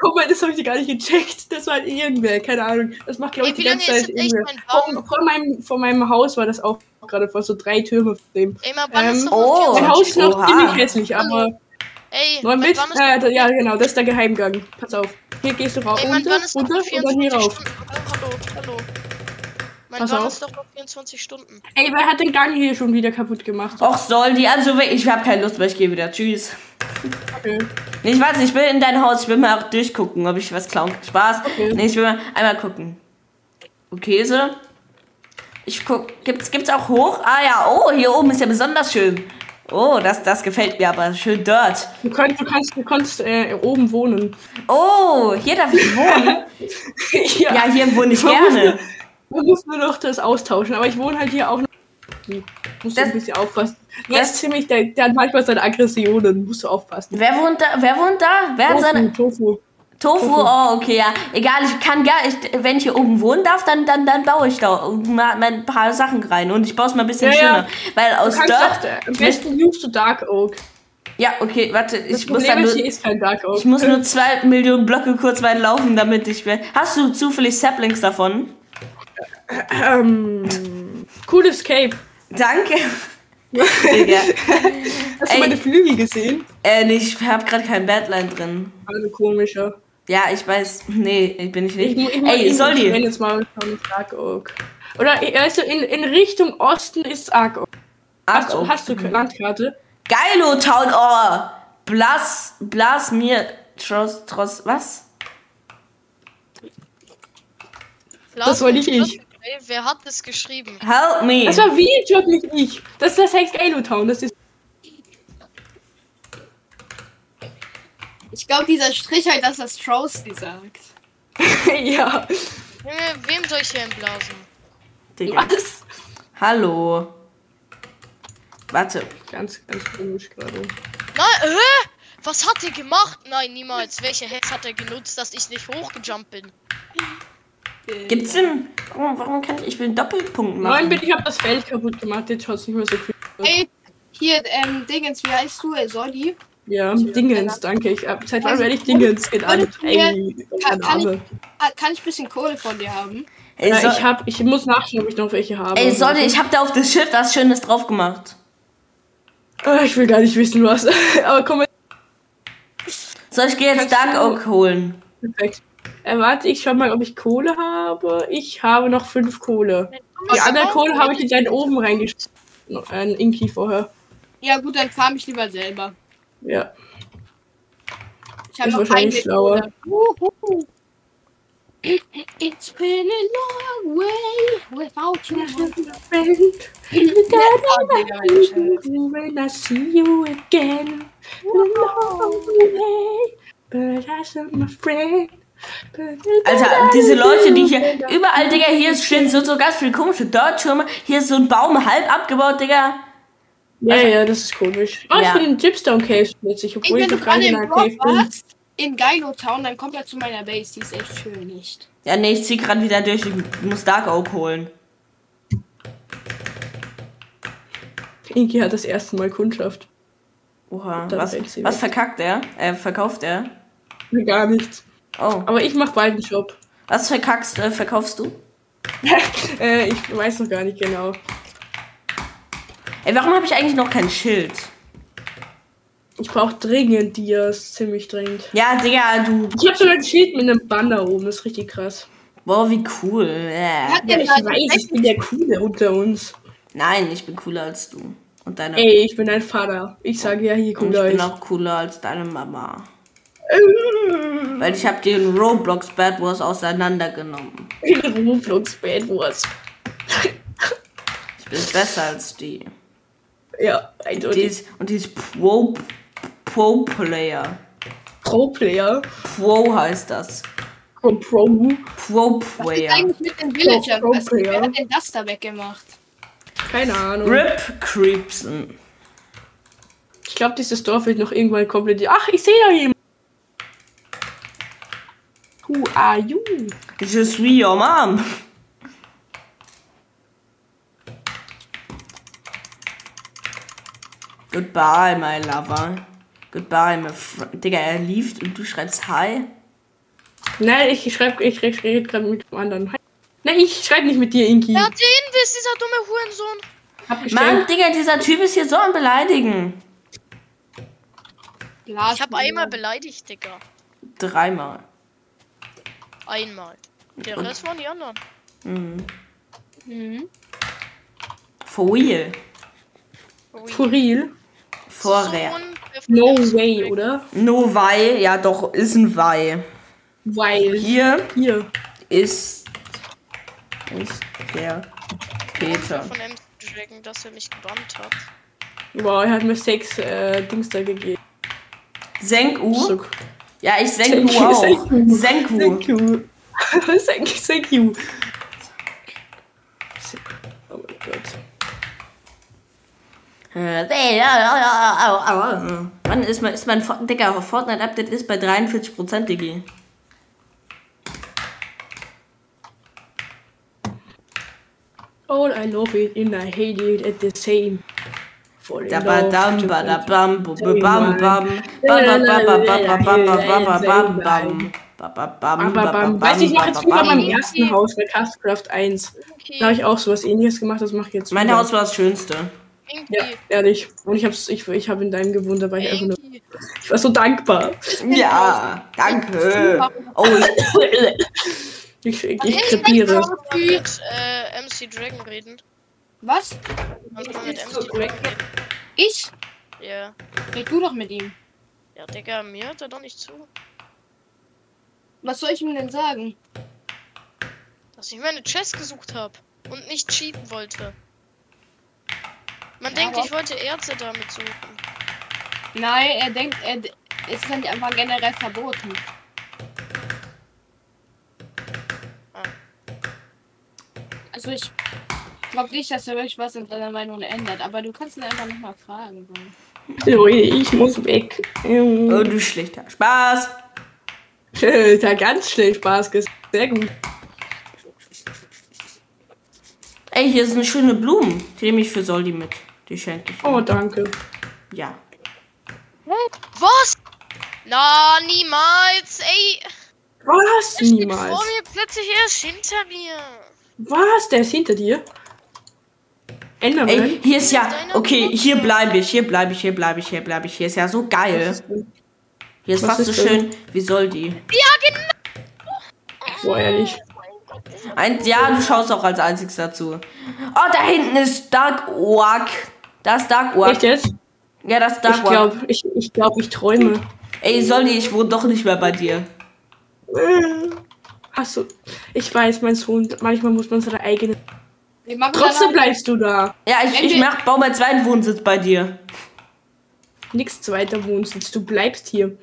B: Guck mal, das habe ich gar nicht gecheckt. Das war irgendwer, keine Ahnung. Das macht, glaube
C: Ey,
B: ich, die
C: wie
B: ganze
C: lange
B: Zeit
C: ist jetzt echt
B: irgendwer.
C: mein Baum?
B: Vor, vor, meinem, vor meinem Haus war das auch gerade vor so drei Türme von dem.
C: Ey, mein Baum ist
B: Ähm,
C: so
A: oh.
B: Mein
C: rot.
B: Haus ist noch
A: Oha.
B: ziemlich hässlich, aber
C: Ey,
B: neun
C: mein
B: mit.
C: Baum ist
B: Äh, da, ja, genau, das ist der Geheimgang. Pass auf. Hier gehst du rauf,
C: Ey, mein
B: runter,
C: Bann ist doch
B: runter
C: nur
B: und dann
C: 24
B: hier rauf.
C: Stunden. Hallo, hallo. Mein
B: Pass
C: Bann
B: auf.
C: ist doch nur 24 Stunden.
B: Ey, wer hat den Gang hier schon wieder kaputt gemacht?
A: Och, soll die? Also weg. Ich habe keine Lust mehr, ich gehe wieder. Tschüss.
B: Okay.
A: Nee, ich weiß nicht, ich will in dein Haus, ich will mal auch durchgucken, ob ich was klauen kann. Spaß.
B: Okay.
A: Nee, ich will mal einmal gucken. Okay, so. Ich guck, gibt's, gibt's auch hoch? Ah ja, oh, hier oben ist ja besonders schön. Oh, das, das gefällt mir aber. Schön Dirt.
B: Du, könnt, du kannst, du kannst äh, oben wohnen.
A: Oh, hier darf ich wohnen. ja, hier wohne ich
B: Man muss
A: gerne.
B: nur- Man muss nur noch das austauschen, aber ich wohne halt hier auch noch. Musst du
A: Das-
B: ein bisschen aufpassen. Der
A: das-
B: ist ziemlich, der, der hat manchmal seine Aggressionen, musst du aufpassen.
A: Wer wohnt da? Wer wohnt da? Wer hat seine.
B: Tofu.
A: Tofu? Oh, okay, ja. Egal, ich kann gar ich, wenn ich hier oben wohnen darf, dann, dann, dann baue ich da mal mal ein paar Sachen rein und ich baue es mal ein bisschen
B: Ja, ja.
A: schöner. Weil
B: Du
A: aus
B: kannst
A: Dirt.
B: doch, äh, am besten nimmst du Dark Oak.
A: Ja, okay, warte,
B: Das
A: ich muss
B: Problem
A: dann
B: ist,
A: nur.
B: hier ist kein Dark Oak.
A: Ich muss nur zwei Millionen Blöcke kurz weit laufen, damit ich. we- Hast du zufällig Saplings davon?
B: Ähm, cooles Cape.
A: Danke. Digga.
B: Hast
A: Ey.
B: du meine Flügel gesehen?
A: Äh, nee, ich hab grad kein Badline drin.
B: Also komischer.
A: Ja, ich weiß. Nee, ich bin ich nicht.
B: Ich, mu- ich, mu-
A: Ey,
B: ich,
A: soll
B: ich renn
A: die?
B: jetzt mal mit Dark Oak. Oder, äh, weißt du, in, in Richtung Osten ist Dark Oak. Hast,
A: Ach,
B: du, hast du Landkarte?
A: Geilo Town, oh! Blas, blas mir. Tross, tross, was?
B: Das wollte ich nicht.
C: Ey, wer hat das geschrieben?
A: Help me!
B: Das war wie, ich hab nicht ich. Das, das heißt Galotown. Das ist
E: Ich glaube, dieser Strich halt, das was Trosty sagt.
B: ja.
C: Junge, wem soll ich hier einblasen?
A: Digga.
B: Was?
A: Hallo. Warte.
B: Ganz, ganz komisch gerade.
C: Nein, hä? Was hat er gemacht? Nein, niemals. Welche Hex hat er genutzt, dass ich nicht hochgejumpt bin?
A: Gibt's denn. Warum, warum kann ich. Ich will einen Doppelpunkt
B: Nein,
A: machen.
B: bitte, ich hab das Feld kaputt gemacht. Jetzt schaut's nicht mehr so cool aus.
E: Ey, hier, ähm, Dingens, wie heißt du? Äh, Solli?
B: Ja, Dingens, danke. Ich hab, seit wann
E: Also,
B: werde ich Dingens genannt?
E: Warte,
B: Ey,
E: kann-
B: kann,
E: kann
B: Name.
E: Ah, Kann ich ein bisschen Kohle von dir haben?
A: Ey,
B: Ja,
A: soll,
B: ich, hab, ich muss nachschauen, ob ich noch welche habe.
A: Also- ey, soll die- ich hab da auf das Schild was Schönes drauf gemacht.
B: Ah, ich will gar nicht wissen, was. Aber komm mal,
A: So, ich gehe jetzt
B: Kannst
A: Dark
B: du-
A: Oak holen.
B: perfekt. Äh, warte, ich schau mal, ob ich Kohle habe. Ich habe noch fünf Kohle. Die andere Kohle habe ich in deinen Ofen reingeschmissen. Äh, Inki vorher.
E: Ja, gut, dann farm ich lieber selber.
B: Ja.
E: Ich habe
B: Ist
E: noch
B: wahrscheinlich
E: keinen
B: schlauer.
E: Kohle. Uhuhu. It's been a long way without you.
B: oh,
E: Ah, Digga, meine Scheiße.
B: When I see you again, along the way, but I saw my friend.
A: Alter, diese Leute, die hier. Überall, Digga, hier stehen so, so ganz viele komische Dörrtürme. Hier ist so ein Baum halb abgebaut, Digga.
B: Ja, ja, das ist komisch. Oh,
A: Ja.
B: ich bin in Chipstone Caves plötzlich,
E: Ey,
B: obwohl ich
E: wenn du
B: noch gar
E: gerade
B: nicht in
E: im
B: einer
E: Dorf
B: Cave bin.
E: warst, in Geilo Town, dann kommt er zu meiner Base. Die ist echt schön, nicht?
A: Ja, nee, ich zieh grad wieder durch. Ich muss Dark Oak holen.
B: Inki hat das erste Mal Kundschaft.
A: Oha.
B: Dann
A: Was,
B: fällt sie
A: was
B: weg.
A: verkackt er? Äh, verkauft er?
B: Gar nichts.
A: Oh.
B: Aber ich mach bald einen Job.
A: Was verkackst, äh, verkaufst du?
B: Äh, ich weiß noch gar nicht genau.
A: Ey, warum habe ich eigentlich noch kein Schild?
B: Ich brauche dringend Dias, ziemlich dringend.
A: Ja, Digga, du.
B: Ich habe sogar ein Schild mit einem Banner oben, das ist richtig krass.
A: Boah, wie cool. Äh.
E: Hat der
B: ich
E: gerade
B: weiß, ich bin der Coole unter uns.
A: Nein, ich bin cooler als du. Und deine.
B: Ey, ich bin dein Vater. Ich sage ja hier
A: Und ich
B: cooler
A: bin
B: ist.
A: auch cooler als deine Mama. Weil ich habe den Roblox Bad Wars auseinandergenommen.
B: Ich bin Roblox Bad Wars.
A: Ich bin besser als die.
B: Ja,
A: die
B: eindeutig.
A: ist, und die ist Pro, Pro Player.
B: Pro-Player.
A: Pro heißt das.
B: Pro Pro.
A: Pro
C: Oh
E: Was ist
A: Player.
E: eigentlich mit den Villagern?
B: Pro-
E: passiert? Wer
B: Pro-
E: hat denn das da weggemacht?
B: Keine Ahnung.
A: Rip Creepsen.
B: Ich glaube, dieses Dorf wird noch irgendwann komplett. Ach, ich sehe da jemanden. Who are you?
A: Je suis your mom. Goodbye, my lover. Goodbye, my friend. Digga, er lief und du schreibst Hi.
B: Nein, ich schreibe, ich, ich rede gerade mit dem anderen. Nein, ich schreibe nicht mit dir, Inki.
C: Ja, den bist dieser dumme Hurensohn.
B: Hab ich
A: Mann, Digga, dieser Typ ist hier so am Beleidigen.
E: Glas
C: Ich hab einmal beleidigt, Digga.
A: Dreimal.
C: Einmal. Der
A: Und-
C: Rest waren die anderen.
A: Mhm.
E: Mhm.
A: For real.
C: Ui.
B: For real?
A: For
C: So
A: real.
C: ein Beff-
B: No way, oder?
A: No weil, ja doch, ist ein weil.
B: Weil.
A: Hier
B: Hier.
A: ist, ist der Peter.
C: Von M Dragon, dass er mich gebannt hat.
B: Wow, er hat mir sechs äh, Dings da gegeben.
A: Senk U.
B: So.
A: Ja, ich senk
B: Senk-
A: U auch.
B: Senk U.
A: Senk U.
B: Thank you. thank, thank you. Oh mein Gott.
A: Wann Äh, ist mein, ist mein For- Digga, Fortnite-Update ist bei 43%, Digi.
B: All I love it and I hate it at the same. Falling
A: Da ba dam,
B: off to
A: ba da
B: the-
A: bam, bu bu bam, bam. Ba ba ba ba ba ba ba ba ba ba bam, bam. Ba ba bam, ba ba
B: Aber beim,
A: bam,
B: weiß ich
A: ba
B: mache jetzt
A: ba
B: wieder meinem
A: bam.
B: ersten Haus bei Castcraft 1.
C: Inki,
B: Da habe ich auch sowas ähnliches gemacht, das mache ich jetzt.
A: Mein
B: wieder.
A: Haus war das Schönste.
C: Inki,
B: Ja, ehrlich. Und ich hab's, ich, ich habe in deinem gewohnt, da war ich einfach nur.
C: Inki.
B: Ich war so dankbar.
A: Ja, danke. Oh, ich-
B: Ich, ich, ich
C: Inki,
B: krepiere.
C: kannst du mal mit äh, MC Dragon reden.
E: Was?
C: Kannst du mal mit
E: Ist
C: MC
E: so
C: Dragon reden?
E: Ich?
C: Ja.
E: Red du doch mit ihm.
C: Ja, Digga, mir hört er doch nicht zu.
E: Was soll ich ihm denn sagen?
C: dass ich meine Chest gesucht habe und nicht cheaten wollte. Man
E: Ja,
C: denkt,
E: aber-
C: ich wollte Erze damit suchen.
E: Nein, er denkt, er, es ist halt einfach generell verboten.
C: Ah.
E: Also ich glaube nicht, dass er wirklich was in seiner Meinung ändert, aber du kannst ihn einfach nochmal fragen. so.
B: Leute, ich muss weg.
A: oh, du schlechter. Spaß.
B: Da ganz schnell Spaß gesagt. Sehr gut.
A: Ey, hier sind schöne Blumen. Die nehme ich für Soldi mit. Die schenke ich.
B: Oh,
A: ihm.
B: danke.
A: Ja.
C: Was? Na, niemals! Ey,
B: Was?
C: er steht vor
B: Niemals.
C: mir, plötzlich erst hinter mir.
B: Was? Der ist hinter dir?
A: Ey,
B: Enderman?
A: hier ist ja. Okay, hier bleibe ich, hier bleibe ich, hier bleibe ich, hier bleibe ich. Hier ist ja so geil. Hier ist
B: Was
A: fast so
B: ist denn?
A: schön wie Soldi.
B: Boah, ehrlich.
A: Ein, ja, du schaust auch als einziges dazu. Oh, da hinten ist Dark Oak. Das ist Dark Oak.
B: Echt jetzt?
A: Ja, das ist
B: Ich
A: Dark Oak.
B: glaube, ich, ich, glaub, ich träume.
A: Ey, Soldi, ich wohne doch nicht mehr bei dir.
B: Achso, ich weiß, mein Sohn, manchmal muss man seine eigene.
E: Wir machen
B: Trotzdem
E: danach-
B: bleibst du da.
A: Ja, ich, ich mach, bau meinen zweiten Wohnsitz bei dir.
B: Nix zweiter Wohnsitz, du bleibst hier.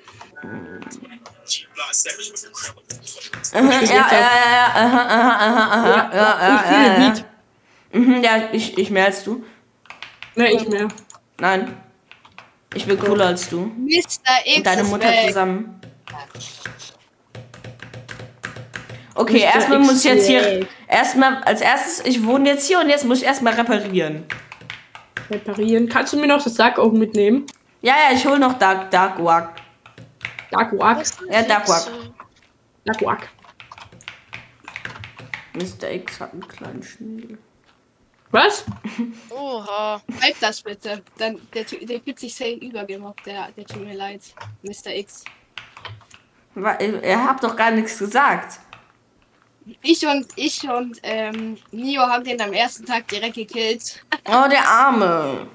A: Aha, ja, ja, ja, ja, aha, aha, aha, aha, ja, ja, ja, ja.
B: ich will
A: Mhm, ja, ich, ich mehr als du.
B: nicht. Ne, ich mehr.
A: Nein. Ich bin cooler als du.
E: Mr. X
A: Und deine
E: ist
A: Mutter
E: weg.
A: zusammen. Okay,
B: Mr.
A: erstmal muss ich jetzt hier.
B: X-Ray.
A: Erstmal, als erstes, ich wohne jetzt hier und jetzt muss ich erstmal reparieren.
B: Reparieren. Kannst du mir noch das Darkaugen mitnehmen?
A: Ja, ja, ich hole noch Dark, Dark Wack.
B: Dark Wack.
A: Ja, Dark Wack.
B: Dark Wack.
A: Mr. X hat einen kleinen Schnee.
B: Was?
C: Oha.
E: Schreib das bitte. Dann, der, tu- der fühlt sich safe übergemobbt, der, der tut mir leid. Mr. X.
A: Wa- Ihr habt doch gar nichts gesagt.
E: Ich und ich und ähm, Nio haben den am ersten Tag direkt gekillt.
A: Oh, der Arme.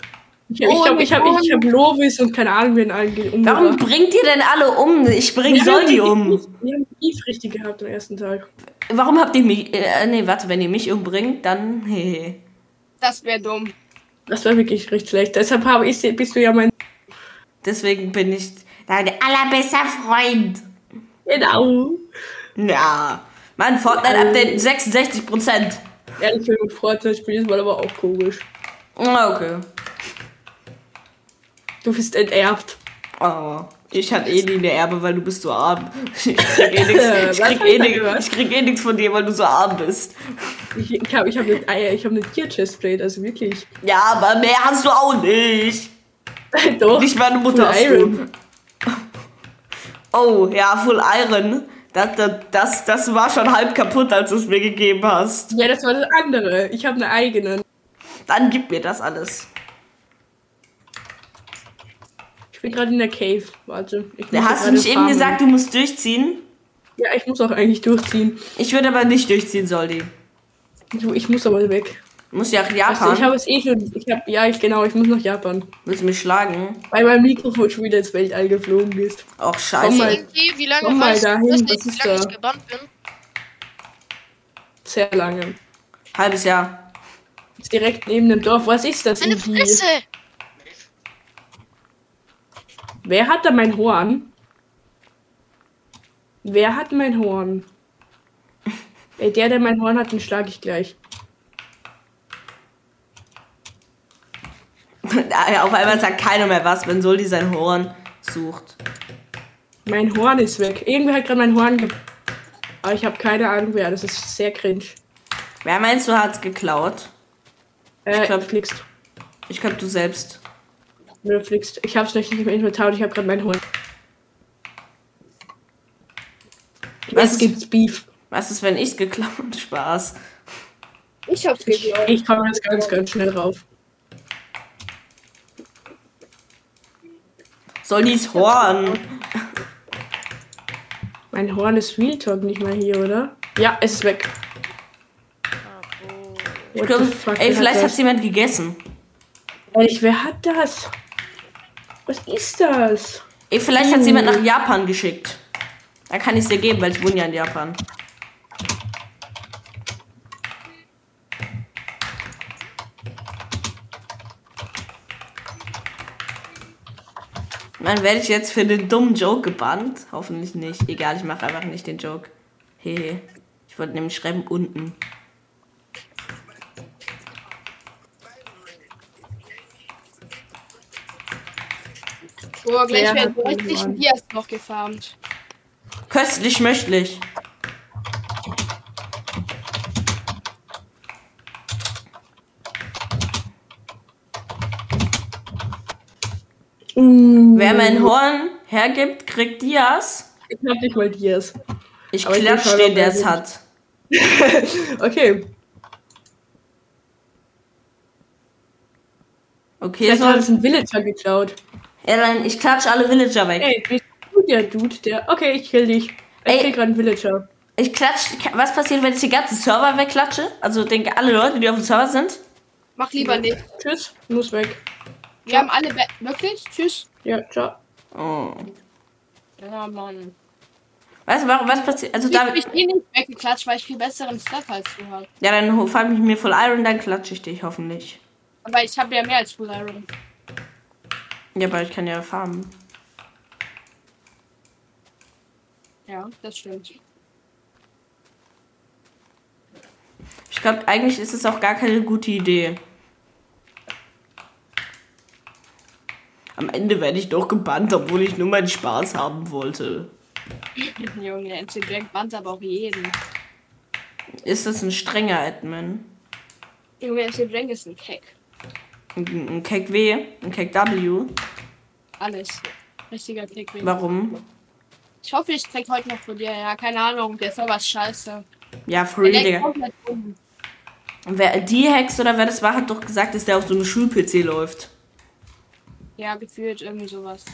B: Ich, ich glaube, ich habe ich hab Lovis und keine Ahnung, wen allen ge- umgebracht.
A: Warum bringt ihr denn alle um? Ich bring
B: Wir haben
A: Soldi
B: die-
A: um.
B: Wir haben Eve richtig gehabt am ersten Tag.
A: Warum habt ihr mich. Äh, nee, warte, wenn ihr mich umbringt, dann. Hehe.
E: Das wäre dumm.
B: Das war wirklich richtig schlecht. Deshalb habe ich, bist du ja mein.
A: Deswegen bin ich dein allerbester Freund.
B: Genau.
A: Ja. Mann, Fortnite-Update 66%.
B: Ehrlich, wenn du freut, das Spiel ist mal aber auch komisch.
A: Ah, Okay.
B: Du bist enterbt.
A: Oh. Ich hatte eh nie eine Erbe, weil du bist so arm. Ich krieg eh nichts ich
B: Was
A: krieg
B: hast du
A: eh
B: da
A: nix-
B: gemacht?
A: ich krieg eh nix von dir, weil du so arm bist.
B: Ich, ich habe ich hab eine, Eier- ich hab eine Tier-Chestplate, also wirklich.
A: Ja, aber mehr hast du auch nicht.
B: Doch.
A: Nicht meine Mutter
B: Full
A: hast
B: Iron.
A: du. Oh, ja, Full Iron. Das, das, das, das war schon halb kaputt, als du es mir gegeben hast.
B: Ja, das war das andere. Ich habe eine eigene.
A: Dann gib mir das alles.
B: Ich bin gerade in der Cave. Warte. Ich muss
A: Da hast du
B: gerade
A: nicht eben
B: farmen.
A: gesagt, du musst durchziehen?
B: Ja, ich muss auch eigentlich durchziehen.
A: Ich würde aber nicht durchziehen, Soldi.
B: Ich, ich muss aber weg.
A: Muss ja nach
B: Also, ich
A: Japan.
B: habe es eh schon. Ich hab, ja, ich, genau, ich muss nach Japan.
A: Willst du mich schlagen?
B: Weil mein Mikrofon schon wieder ins Weltall geflogen ist.
A: Och,
B: Komm
A: scheiße.
B: mal.
C: Irgendwie, wie lange
B: Komm mal
C: weißt
B: dahin,
C: du, dass
B: was
C: ich, wie
B: ist
C: lange ich
B: da?
C: gebannt bin?
B: Sehr lange.
A: Halbes Jahr.
B: Ist direkt neben dem Dorf. Was ist das?
C: Meine
B: irgendwie?
C: Fresse!
B: Wer hat da mein Horn? Wer hat mein Horn? Ey, der, der mein Horn hat, den schlage ich gleich.
A: Ja, Auf einmal sagt keiner mehr was, wenn Soldi sein Horn sucht.
B: Mein Horn ist weg. Irgendwer hat gerade mein Horn ge... Aber ich habe keine Ahnung, wer. Das ist sehr cringe.
A: Wer meinst du, hat's geklaut?
B: Äh,
A: Ich
B: ich
A: glaub-
B: glaub, fliegst.
A: Ich glaube, du selbst.
B: Du fliegst. Ich hab's noch nicht im Inventar und ich habe gerade mein Horn.
A: Was
B: Was
A: ist-
B: gibt's Beef?
A: Was ist, wenn ich's geklaut? Spaß.
E: Ich hab's
B: Ich,
E: geglaubt.
B: ich komme jetzt ganz, ganz schnell drauf.
A: Soldis Horn.
B: Mein Horn ist Real Talk nicht mal hier, oder? Ja, es ist weg.
A: Ich glaub, ey, vielleicht hat's jemand gegessen.
B: Ehrlich, wer hat das? Was ist das?
A: Ey, vielleicht hat's
B: Uh.
A: jemand nach Japan geschickt. Da kann ich's dir geben, weil ich wohne ja in Japan. Man werde ich jetzt für den dummen Joke gebannt? Hoffentlich nicht. Egal, ich mache einfach nicht den Joke. Hehe. Ich wollte nämlich schreiben unten.
E: Boah, gleich
B: Wer
E: werden
B: hat den
E: 30
B: Horn?
E: Bias noch gefarmt.
A: Köstlich möchtlich.
B: Uh,
A: Wer mein Horn hergibt, kriegt Dias.
B: Ich hab nicht mal Dias.
A: Ich
B: Aber ich will
A: klatsch
B: schauen,
A: den,
B: ob er
A: der es
B: gut-
A: hat.
B: Okay.
A: Okay,
B: Vielleicht hat
A: soll
B: uns ein Villager geklaut.
A: Ja, dann ich klatsch alle Villager weg.
B: Ey, wie du der Dude, der. Okay, ich kill dich. Ich
A: Ey.
B: kill gerade einen Villager.
A: Ich klatsch. Was passiert, wenn ich den ganzen Server wegklatsche? Also denke alle Leute, die auf dem Server sind.
E: Mach lieber nicht.
B: Tschüss, muss weg.
E: Wir haben alle. Be Wirklich? Tschüss.
B: Ja, ciao.
A: Oh.
E: Ja, Mann.
A: Weißt du, warum was passiert? Also
E: Ich hab
A: da.
E: mich eh nicht weggeklatscht, weil ich viel besseren Stuff als du hast.
A: Ja, dann fang ich mir voll Iron, dann klatsche ich dich hoffentlich.
E: Aber ich habe ja mehr als Full Iron.
A: Ja, aber ich kann ja farmen.
E: Ja, das stimmt.
A: Ich glaube, eigentlich ist es auch gar keine gute Idee. Am Ende werde ich doch gebannt, obwohl ich nur meinen Spaß haben wollte.
E: Junge, der MC Jack bannt aber auch jeden.
A: Ist das ein strenger Admin?
E: Junge, MC Jack ist ein Keck.
A: Ein ein Keck W? Ein Keck W?
E: Alles. Richtiger Keck.
A: Warum?
E: Ich hoffe, ich krieg heute noch von dir. Ja, keine Ahnung, der Server ist scheiße.
A: Ja, free,
E: Der deckt
A: Digga.
E: komplett um.
A: Wer, die Hex oder wer das war, hat doch gesagt, dass der auf so einem Schul-PC läuft.
E: Ja, gefühlt irgendwie sowas.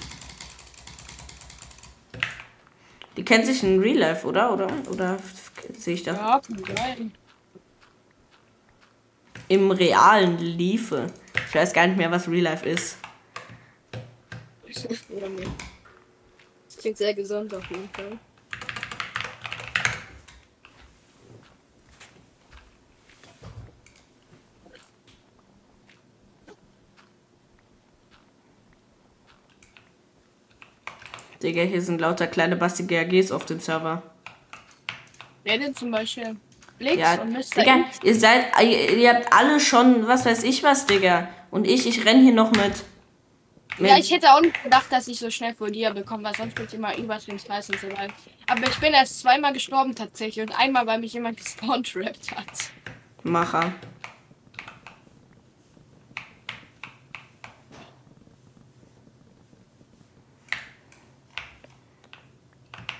A: Die kennt sich in Real Life, oder? Oder, oder f- sehe ich das?
E: Ja, kann sein.
A: Im realen Liefe. Ich weiß gar nicht mehr, was Real Life ist.
E: Oder nicht. Das klingt sehr gesund auf jeden Fall.
A: Digga, hier sind lauter kleine Basti GAGs auf dem Server.
E: Wer denn zum Beispiel? Blix
A: Ja,
E: und E. Mr.
A: Digga,
E: X.
A: ihr seid, ihr, ihr habt alle schon, was weiß ich was, Digga. Und ich, ich renn hier noch mit.
E: Ja, ich hätte auch nicht gedacht, dass ich so schnell vor dir bekomme, weil sonst bin ich immer übertrieben heiß und so weiter. Aber ich bin erst zweimal gestorben tatsächlich und einmal, weil mich jemand gespawntrappt hat.
A: Macher.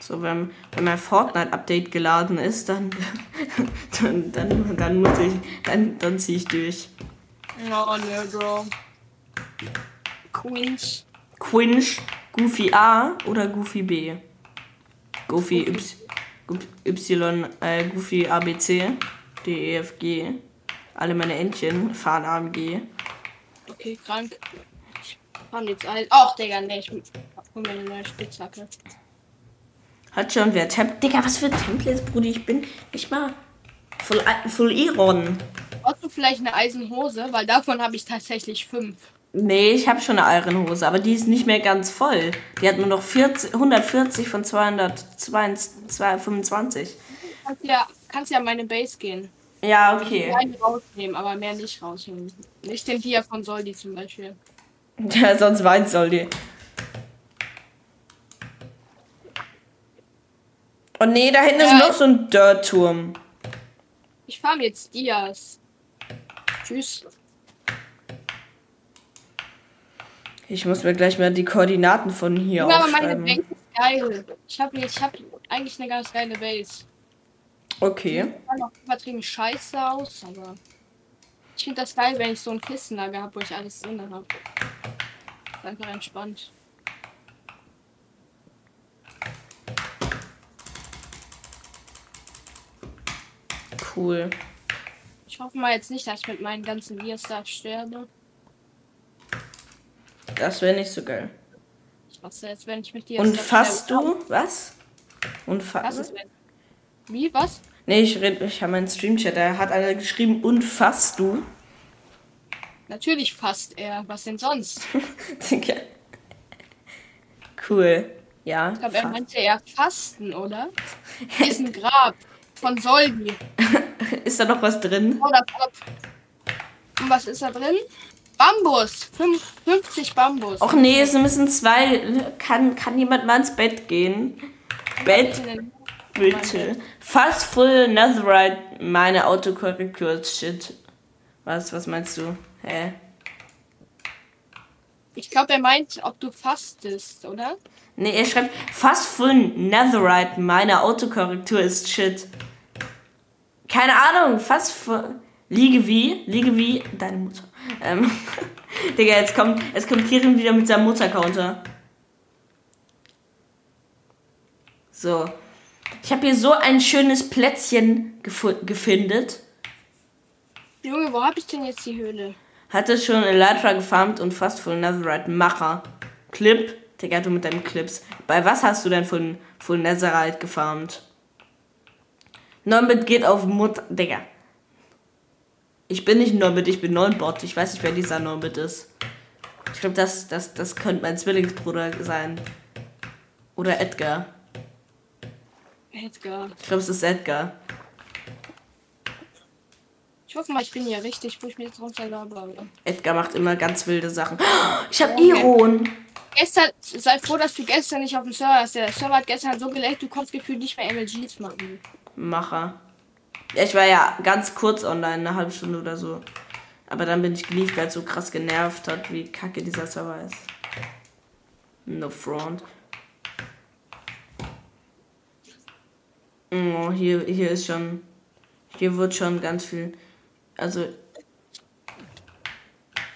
A: So, wenn, wenn mein Fortnite-Update geladen ist, dann, dann, dann, dann muss ich, dann, dann ziehe ich durch.
E: Oh ne, Bro. Quinch.
A: Quinch, Goofy A oder Goofy B? Goofy Y, y äh, Goofy A, B, C, D, E, F, G. Alle meine Entchen fahren AMG.
E: Okay, krank. Ich fand jetzt alles. Ach, Digga, ne, ich hol mir eine neue Spitzhacke.
A: Hat schon wer Temp. Digga, was für Templates, Brudi, ich bin nicht mal full, full Iron.
E: Brauchst du vielleicht eine Eisenhose? Weil davon habe ich tatsächlich fünf.
A: Nee, ich habe schon eine Ironhose, aber die ist nicht mehr ganz voll. Die hat nur noch 40, 140 von 225.
E: Kannst ja, kannst ja meine Base gehen.
A: Ja, okay.
E: Einen rausnehmen, aber mehr nicht rausnehmen. Nicht den hier von Soldi zum Beispiel.
A: Ja, sonst weint soll die. Oh nee, da hinten ist
E: Ja.
A: noch so ein Dirt-Turm.
E: Ich farm jetzt Dias. Tschüss.
A: Ich muss mir gleich mal die Koordinaten von hier
E: Ja, aber meine
A: aufschreiben.
E: Base ist geil. Ich habe ich hab eigentlich eine ganz geile Base.
A: Okay.
E: Sieht zwar noch übertrieben scheiße aus, aber ich finde das geil, wenn ich so ein Kissenlager habe, wo ich alles drin habe. Ist einfach entspannt.
A: Cool.
E: Ich hoffe mal jetzt nicht, dass ich mit meinen ganzen Dias da sterbe.
A: Das wäre nicht so geil.
E: Ich hasse jetzt, wenn ich mit Dias
A: Und
E: da
A: fasst
E: sterbe.
A: du? Was? Und
E: Was
A: fasst
E: ist wenn? Wie? Was?
A: Nee, ich rede, ich habe meinen Streamchat, da hat einer geschrieben, und fasst du?
E: Natürlich fasst er. Was denn sonst?
A: Digga. Cool. Ja.
E: Ich glaube, er
A: fasst.
E: meinte eher Fasten, oder? Hier ist ein Grab von Soldi.
A: Ist da noch was drin?
E: Oder Pop. Und was ist da drin? Bambus. Fünf, 50 Bambus.
A: Och nee, es müssen zwei. Kann, kann jemand mal ins Bett gehen? Bett, bitte. Fast full Netherite, meine Autokorrektur. Shit. Was, was meinst du? Hä?
E: Ich glaube, er meint, ob du fastest, oder?
A: Nee, er schreibt, fast full Netherite, meine Autokorrektur ist shit. Keine Ahnung, fast full. Liege wie, liege wie, deine Mutter. Ähm, Digga, jetzt kommt, jetzt kommt Kirin wieder mit seinem Mutter-Counter. So. Ich habe hier so ein schönes Plätzchen gefu- gefindet.
E: Junge, wo habe ich denn jetzt die Höhle?
A: Hatte schon Elytra gefarmt und fast Full Netherite Macher. Clip? Digga, du mit deinen Clips. Bei was hast du denn Full, Full Netherite gefarmt? Norbit geht auf Mutter. Digga. Ich bin nicht Norbit, ich bin Norbot. Ich weiß nicht, wer dieser Norbit ist. Ich glaube, das, das, das könnte mein Zwillingsbruder sein. Oder Edgar.
E: Edgar.
A: Ich glaube, es ist Edgar.
E: Ich hoffe mal, ich bin hier richtig, wo ich mich jetzt runterlabe.
A: Edgar macht immer ganz wilde Sachen. Ich habe Iron.
E: Gestern, sei froh, dass du gestern nicht auf dem Server warst. Der Server hat gestern so geleckt, du konntest gefühlt nicht mehr MLGs machen.
A: Macher. Ja, ich war ja ganz kurz online, eine halbe Stunde oder so. Aber dann bin ich geliefert, weil es so krass genervt hat, wie kacke dieser Server ist. No front. Oh, hier, hier ist schon. Hier wird schon ganz viel. Also.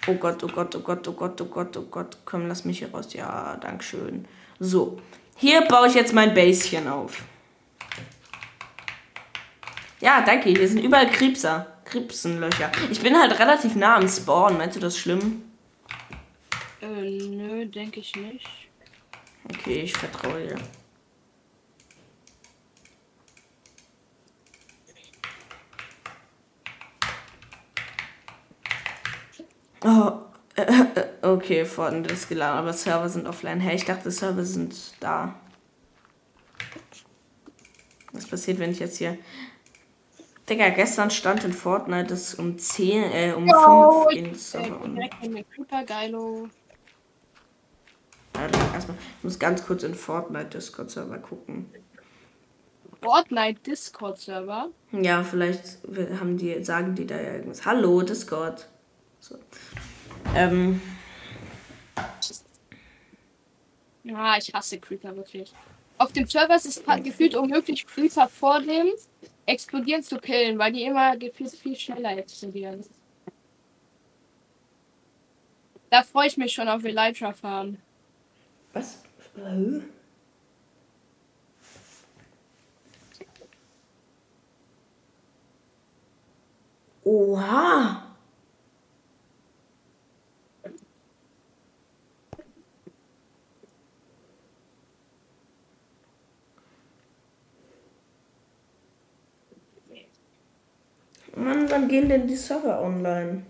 A: Oh Gott, oh Gott, oh Gott, oh Gott, oh Gott, oh Gott. Komm, lass mich hier raus. Ja, dankeschön. So. Hier baue ich jetzt mein Bäschen auf. Ja, danke. Hier sind überall Krebser. Krebsenlöcher. Ich bin halt relativ nah am Spawn. Meinst du das schlimm?
E: Äh, nö, denke ich nicht.
A: Okay, ich vertraue dir. Oh, äh, äh, okay, Fortnite ist geladen, aber Server sind offline. Hey, ich dachte, Server sind da. Was passiert, wenn ich jetzt hier... Digga, gestern stand in Fortnite, dass um 10, äh, um
E: Yo,
A: 5
E: ich-
A: in
E: Äh,
A: Server.
E: direkt in den Creeper, geilo.
A: erstmal. Ich muss ganz kurz in Fortnite Discord-Server gucken.
E: Fortnite Discord-Server.
A: Ja, vielleicht haben die, sagen die da ja irgendwas. Hallo, Discord. So. Ähm,
E: Ja, Ah, ich hasse Creeper wirklich. Auf dem Server ist es grad gefühlt unmöglich, Creeper vor dem Explodieren zu killen, weil die immer gefühlt viel schneller explodieren. Da freue ich mich schon auf Elytra Farm.
A: was? Hä? Oha! Mann, wann gehen denn die Server online?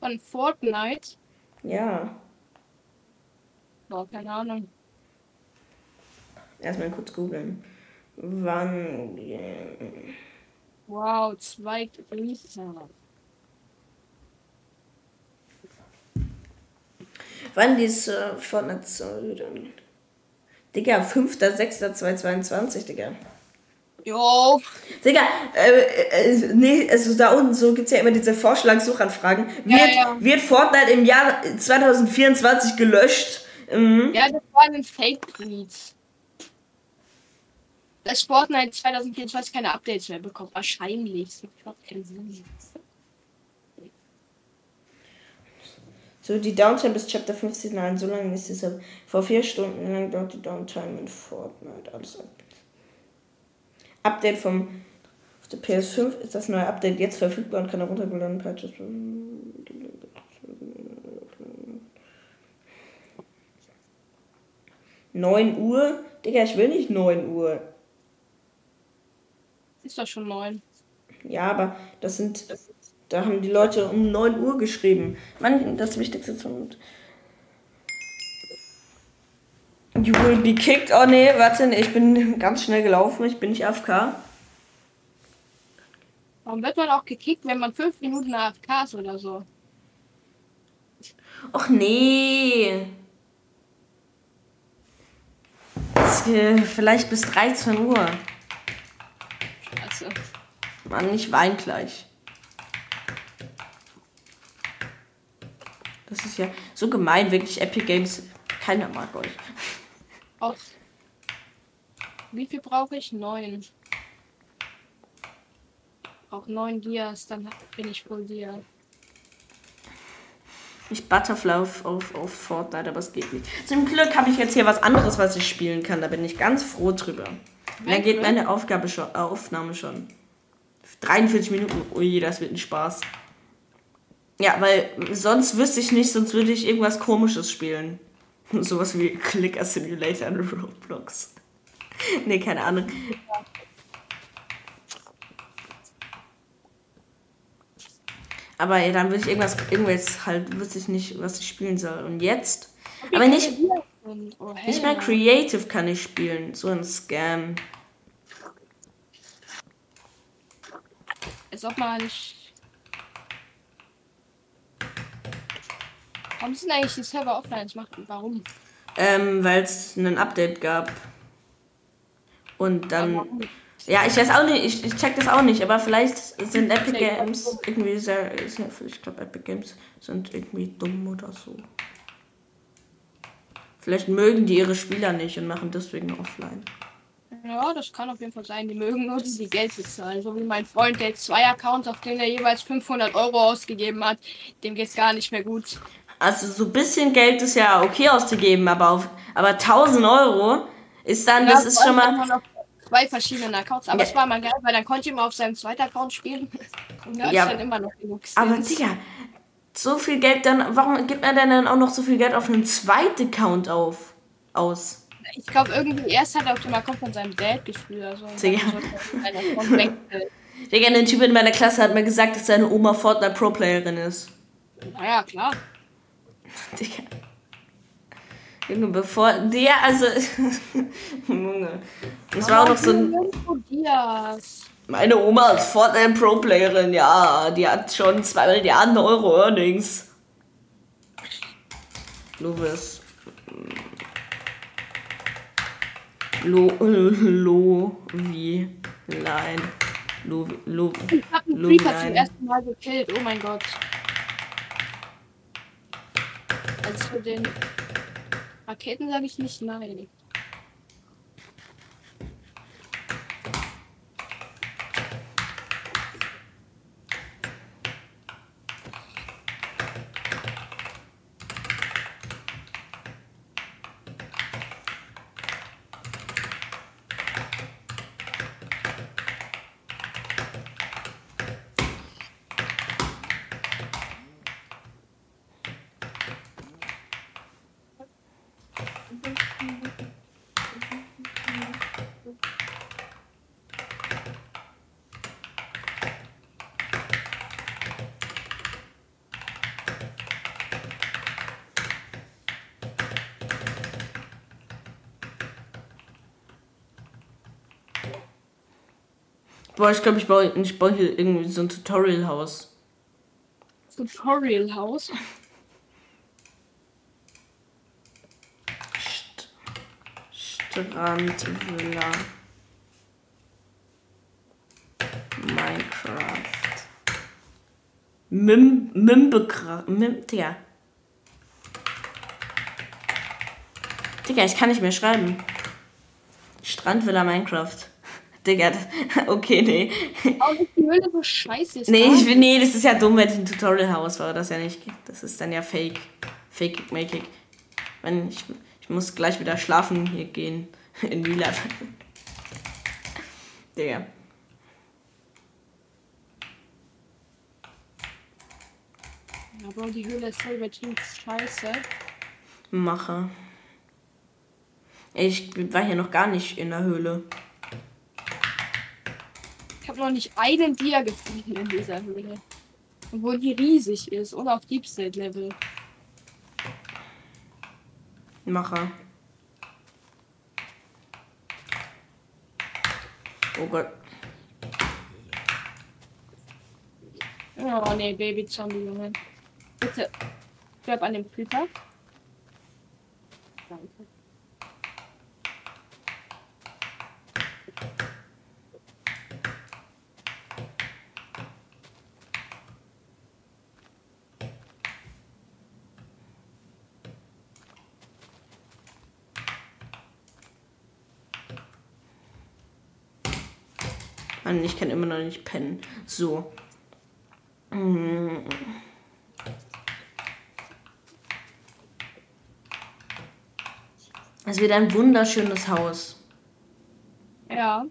E: Von Fortnite.
A: Ja.
E: Boah, keine Ahnung.
A: Erstmal kurz googeln. Wann.
E: Wow, zwei Creeper.
A: Wann die äh, Fortnite Server dann? Digga, 5.6.2022, Digga.
E: Jo,
A: Digga, äh, äh, nee, also da unten so gibt's ja immer diese Vorschlagssuchanfragen.
E: Ja,
A: Wird,
E: ja.
A: wird Fortnite im Jahr 2024 gelöscht? Mhm.
E: ja, das war ein Fake-Tweet. Dass Fortnite 2024 keine Updates mehr bekommt, wahrscheinlich. Das macht überhaupt keinen Sinn.
A: So, die Downtime bis Chapter 50, nein, so lange ist dieser. Vor vier Stunden lang dauert die Downtime in Fortnite. Alles ab. Update vom auf der PS5 ist das neue Update jetzt verfügbar und kann heruntergeladenen Patches. Neun Uhr? Digga, ich will nicht 9 Uhr.
E: Ist doch schon neun.
A: Ja, aber das sind. Da haben die Leute um 9 Uhr geschrieben. Mann, das Wichtigste zum. You will be kicked. Oh nee, warte, nee, ich bin ganz schnell gelaufen. Ich bin nicht AFK.
E: Warum wird man auch gekickt, wenn man fünf Minuten AFK ist oder so?
A: Och nee. Es, äh, Vielleicht bis 13 Uhr.
E: Also,
A: Mann, ich wein gleich. Das ist ja so gemein, wirklich. Epic Games, keiner mag euch.
E: auch. Wie viel brauche ich? Neun. Auch neun Dias, dann bin ich wohl dir.
A: Ich Butterfly auf, auf, auf Fortnite, aber es geht nicht. Zum Glück habe ich jetzt hier was anderes, was ich spielen kann. Da bin ich ganz froh drüber. Da geht meine Aufgabe schon, äh, Aufnahme schon. 43 Minuten. Ui, das wird ein Spaß. Ja, weil sonst wüsste ich nicht, sonst würde ich irgendwas Komisches spielen. Sowas wie Clicker Simulator in Roblox. nee, keine Ahnung. Aber ja, dann würde ich irgendwas, irgendwas halt, wüsste ich nicht, was ich spielen soll. Und jetzt? Aber nicht,
E: Und, oh, hell,
A: nicht mal Creative kann ich spielen. So ein Scam.
E: Als ob man nicht. Warum sind eigentlich die Server offline? Das macht, warum?
A: Ähm, weil es ein Update gab. Und dann.
E: Warum?
A: Ja, ich weiß auch nicht, ich, ich check das auch nicht, aber vielleicht sind Epic Games irgendwie sehr. ist ja- Ich glaube, Epic Games sind irgendwie dumm oder so. Vielleicht mögen die ihre Spieler nicht und machen deswegen offline.
E: Ja, das kann auf jeden Fall sein. Die mögen nur, dass sie Geld bezahlen. So wie mein Freund, der jetzt zwei Accounts, auf denen er jeweils 500 Euro ausgegeben hat, dem geht's gar nicht mehr gut.
A: Also, so ein bisschen Geld ist ja okay auszugeben, aber, auf, aber 1000 Euro ist dann, das
E: Ja,
A: ist
E: vor
A: schon
E: allem
A: mal.
E: hat man noch zwei verschiedene Accounts. Aber
A: Ja.
E: es war mal geil, weil dann konnte ich immer auf seinem zweiten Account spielen. Und da
A: Ja.
E: ist dann immer noch genug
A: Aber
E: Skins.
A: Digga, so viel Geld dann. Warum gibt man denn dann auch noch so viel Geld auf einen zweiten Account auf? Aus.
E: Ich glaube, irgendwie erst hat er auf dem Account von seinem Dad gespielt. Also dann
A: Digga.
E: sollte er seinen Account wechseln.
A: Digga, ein Typ in meiner Klasse hat mir gesagt, dass seine Oma Fortnite Pro-Playerin ist.
E: Naja, klar.
A: Digga. Junge, bevor. Der, also. Junge. Das war auch noch so ein.
E: Dias.
A: Meine Oma ist Fortnite Pro-Playerin, ja. Die hat schon 2 Milliarden Euro Earnings. Louis. Lo, lo, wie, lein. Lo, lo,
E: Ich hab einen
A: Lumen
E: Creeper zum
A: ein.
E: ersten Mal gekillt, oh mein Gott. Also für den Raketen sage ich nicht nein.
A: Boah, ich glaube, ich baue, ich baue hier irgendwie so ein Tutorial-Haus.
E: Tutorial Haus.
A: St Strandvilla. Minecraft. Mim Mimbekra. Mim Digga. Digga, ich kann nicht mehr schreiben. Strandvilla Minecraft. Digga, das- okay, nee.
E: Auch nicht die Höhle so scheiße ist.
A: Nee,
E: da.
A: ich will, nee, das ist ja dumm, wenn ich ein Tutorial-Haus war, das ja nicht. Das ist dann ja fake. Fake make it. Wenn ich, ich muss gleich wieder schlafen hier gehen. In Lila. Digga.
E: Aber die Höhle ist so übertrieben scheiße.
A: Mache. Ich war hier noch gar nicht in der Höhle.
E: Ich habe noch nicht einen Dia gefunden in dieser Höhle. Obwohl die riesig ist und auf Deep State Level.
A: Mache. Oh Gott.
E: Oh nee, Baby Zombie, Junge. Bitte. Bleib an dem Creeper. Danke.
A: Mann, Also ich kann immer noch nicht pennen. So. Mm. Es wird ein wunderschönes Haus.
E: Ja.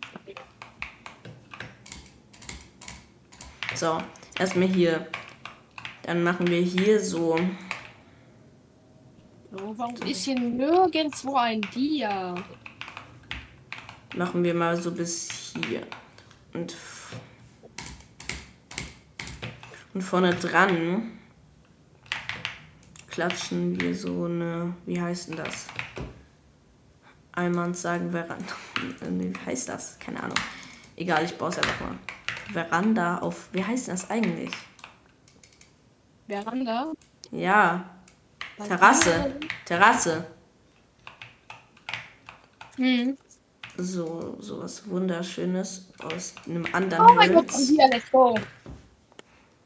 A: So, erstmal hier. Dann machen wir hier so.
E: So, warum ist hier nirgendwo ein Dia?
A: Machen wir mal so bis hier. Und, f- und vorne dran klatschen wir so eine. Wie heißt denn das? Einmal sagen Veranda. Nee, wie heißt das? Keine Ahnung. Egal, ich baue es einfach mal. Veranda auf. Wie heißt denn das eigentlich?
E: Veranda?
A: Ja, Terrasse. Terrasse.
E: Hm.
A: So, sowas wunderschönes aus einem anderen
E: Oh mein Gott,
A: Holz.
E: ein Dia, let's go.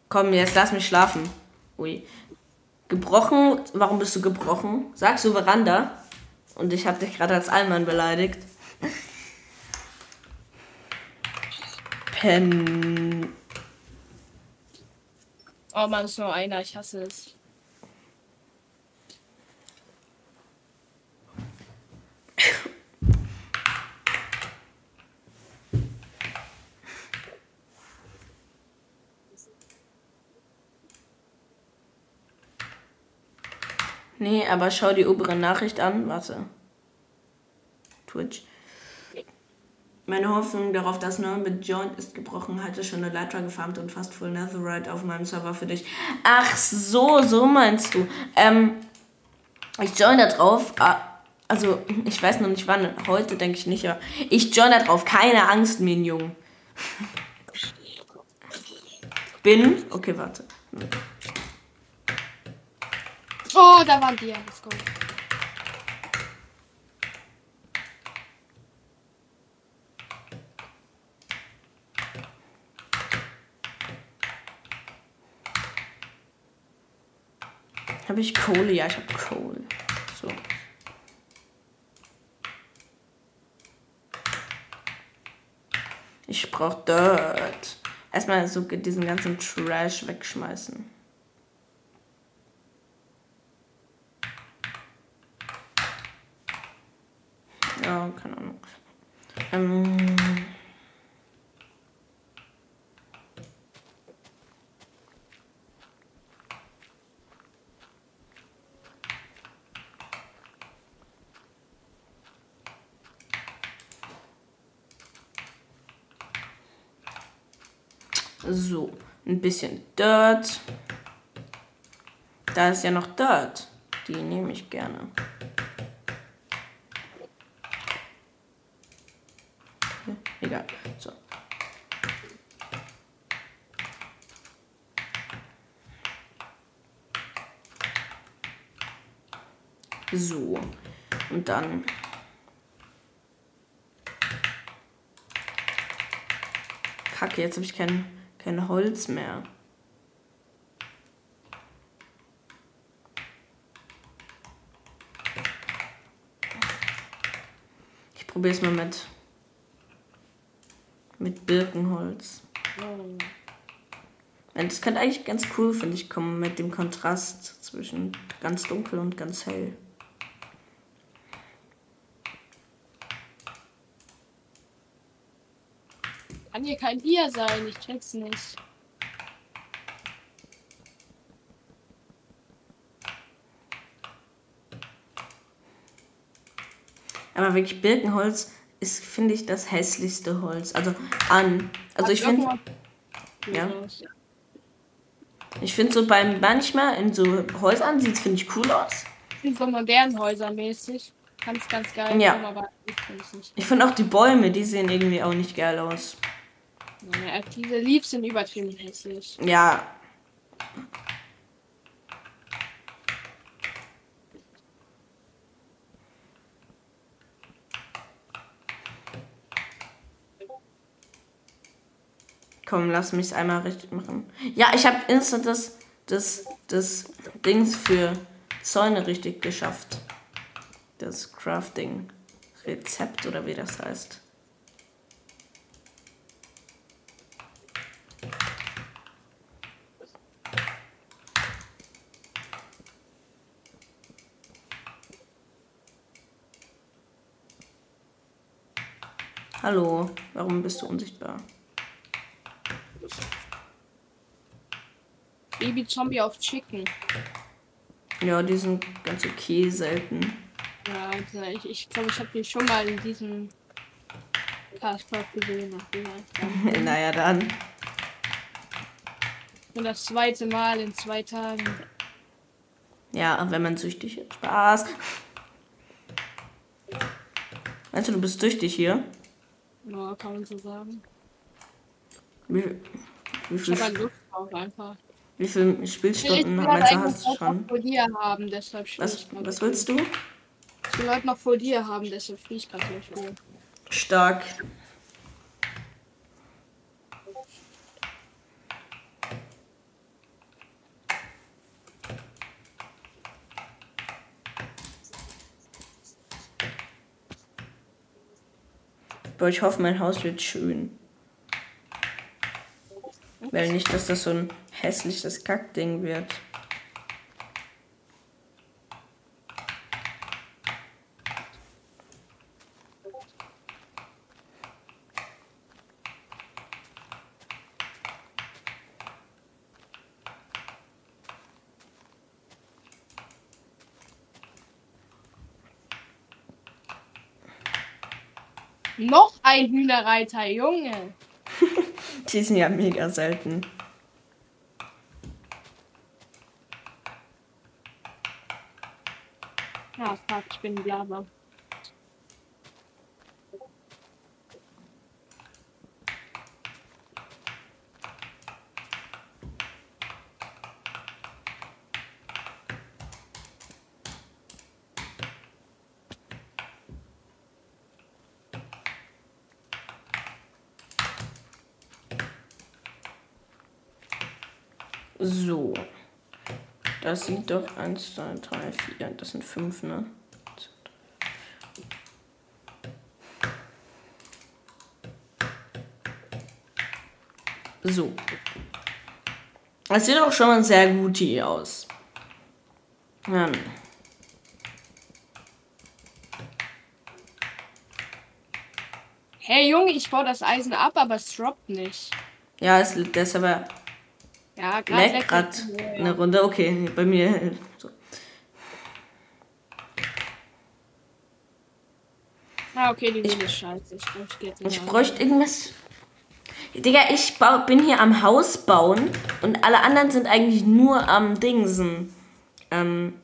A: Komm, jetzt lass mich schlafen. Ui. Gebrochen, warum bist du gebrochen? Sagst du Veranda? Und ich habe dich gerade als Allmann beleidigt. Pen.
E: Oh man, ist nur einer, ich hasse es.
A: Nee, aber schau die obere Nachricht an. Warte. Twitch. Meine Hoffnung darauf, dass Norm mit Joint ist gebrochen, hatte schon eine Lytra gefarmt und fast Full Netherite auf meinem Server für dich. Ach so, so meinst du. Ähm, ich join da drauf. ah, Also, ich weiß noch nicht wann. Heute denke ich nicht, aber ich join da drauf. Keine Angst, Minion. Bin. Okay, warte.
E: Oh, da war ein Dia, let's go.
A: Habe ich Kohle? Ja, ich habe Kohle. So. Ich brauche Dirt. Erstmal so ge- diesen ganzen Trash wegschmeißen. Ja, keine Ahnung. Ähm. So, ein bisschen Dirt. Da ist ja noch Dirt. Die nehme ich gerne. Hm, Egal. So. So. Und dann Kacke, jetzt habe ich kein, kein Holz mehr. Ich probiere es mal mit, mit Birkenholz. Ja, Das könnte eigentlich ganz cool, finde ich, kommen mit dem Kontrast zwischen ganz dunkel und ganz hell.
E: Kann hier kein Bier sein, ich check's nicht.
A: Aber wirklich, Birkenholz ist, finde ich, das hässlichste Holz. Also an. Also
E: Hat
A: ich finde.
E: irgendwo-
A: Ja. Ich finde so beim manchmal in so Häusern sieht es, finde ich, cool aus.
E: Wie So Modernhäuser mäßig. Ganz, ganz geil.
A: Ja.
E: Aber ich finde es nicht.
A: Ich finde auch die Bäume, die sehen irgendwie auch nicht geil aus.
E: Naja, diese Leaves sind übertrieben hässlich.
A: Ja. Komm, lass mich einmal richtig machen. Ja, ich habe instant das, das, das Dings für Zäune richtig geschafft. Das Crafting-Rezept oder wie das heißt. Hallo, warum bist du unsichtbar?
E: Baby Zombie auf Chicken.
A: Ja, die sind ganz okay selten.
E: Ja, also ich glaube, ich, glaub, ich habe die schon mal in diesem Podcast gesehen. auf jeden Fall.
A: naja, dann.
E: Und das zweite Mal in zwei Tagen.
A: Ja, wenn man süchtig ist. Spaß. Meinst du, du bist süchtig hier?
E: Ja, Genau, kann man so sagen.
A: Wie, wie,
E: Ich habe halt
A: viel,
E: Lust drauf einfach.
A: wie viele
E: Ich
A: Spielstunden
E: will halt
A: meinst du,
E: eigentlich
A: hast du
E: Leute noch
A: schon?
E: vor dir haben, deshalb spiele
A: Was,
E: ich gerade
A: was willst du?
E: Ich will Leute noch vor dir haben, deshalb spiele ich gerade nicht mehr.
A: Stark. Boah, ich hoffe, mein Haus wird schön. Weil nicht, dass das so ein hässliches Kackding wird.
E: Noch ein Hühnerreiter, Junge!
A: Die sind ja mega selten.
E: Ja, Ah, fuck, ich bin Java.
A: So. Das sind doch 1, 2, 3, 4. Das sind 5, ne? So. Das sieht auch schon mal sehr gut hier aus. Mann.
E: Hey Junge, ich baue das Eisen ab, aber es droppt nicht.
A: Ja, es, das ist aber
E: Ja, gerade
A: leckt
E: weg.
A: gerade eine Runde. Okay, bei mir. So.
E: Ah, okay, die Mine ist scheiße. Ich glaub, ich geh jetzt
A: Ich
E: mal.
A: bräuchte irgendwas. Digga, ich bau, bin hier am Haus bauen und alle anderen sind eigentlich nur am Dingsen. Ähm,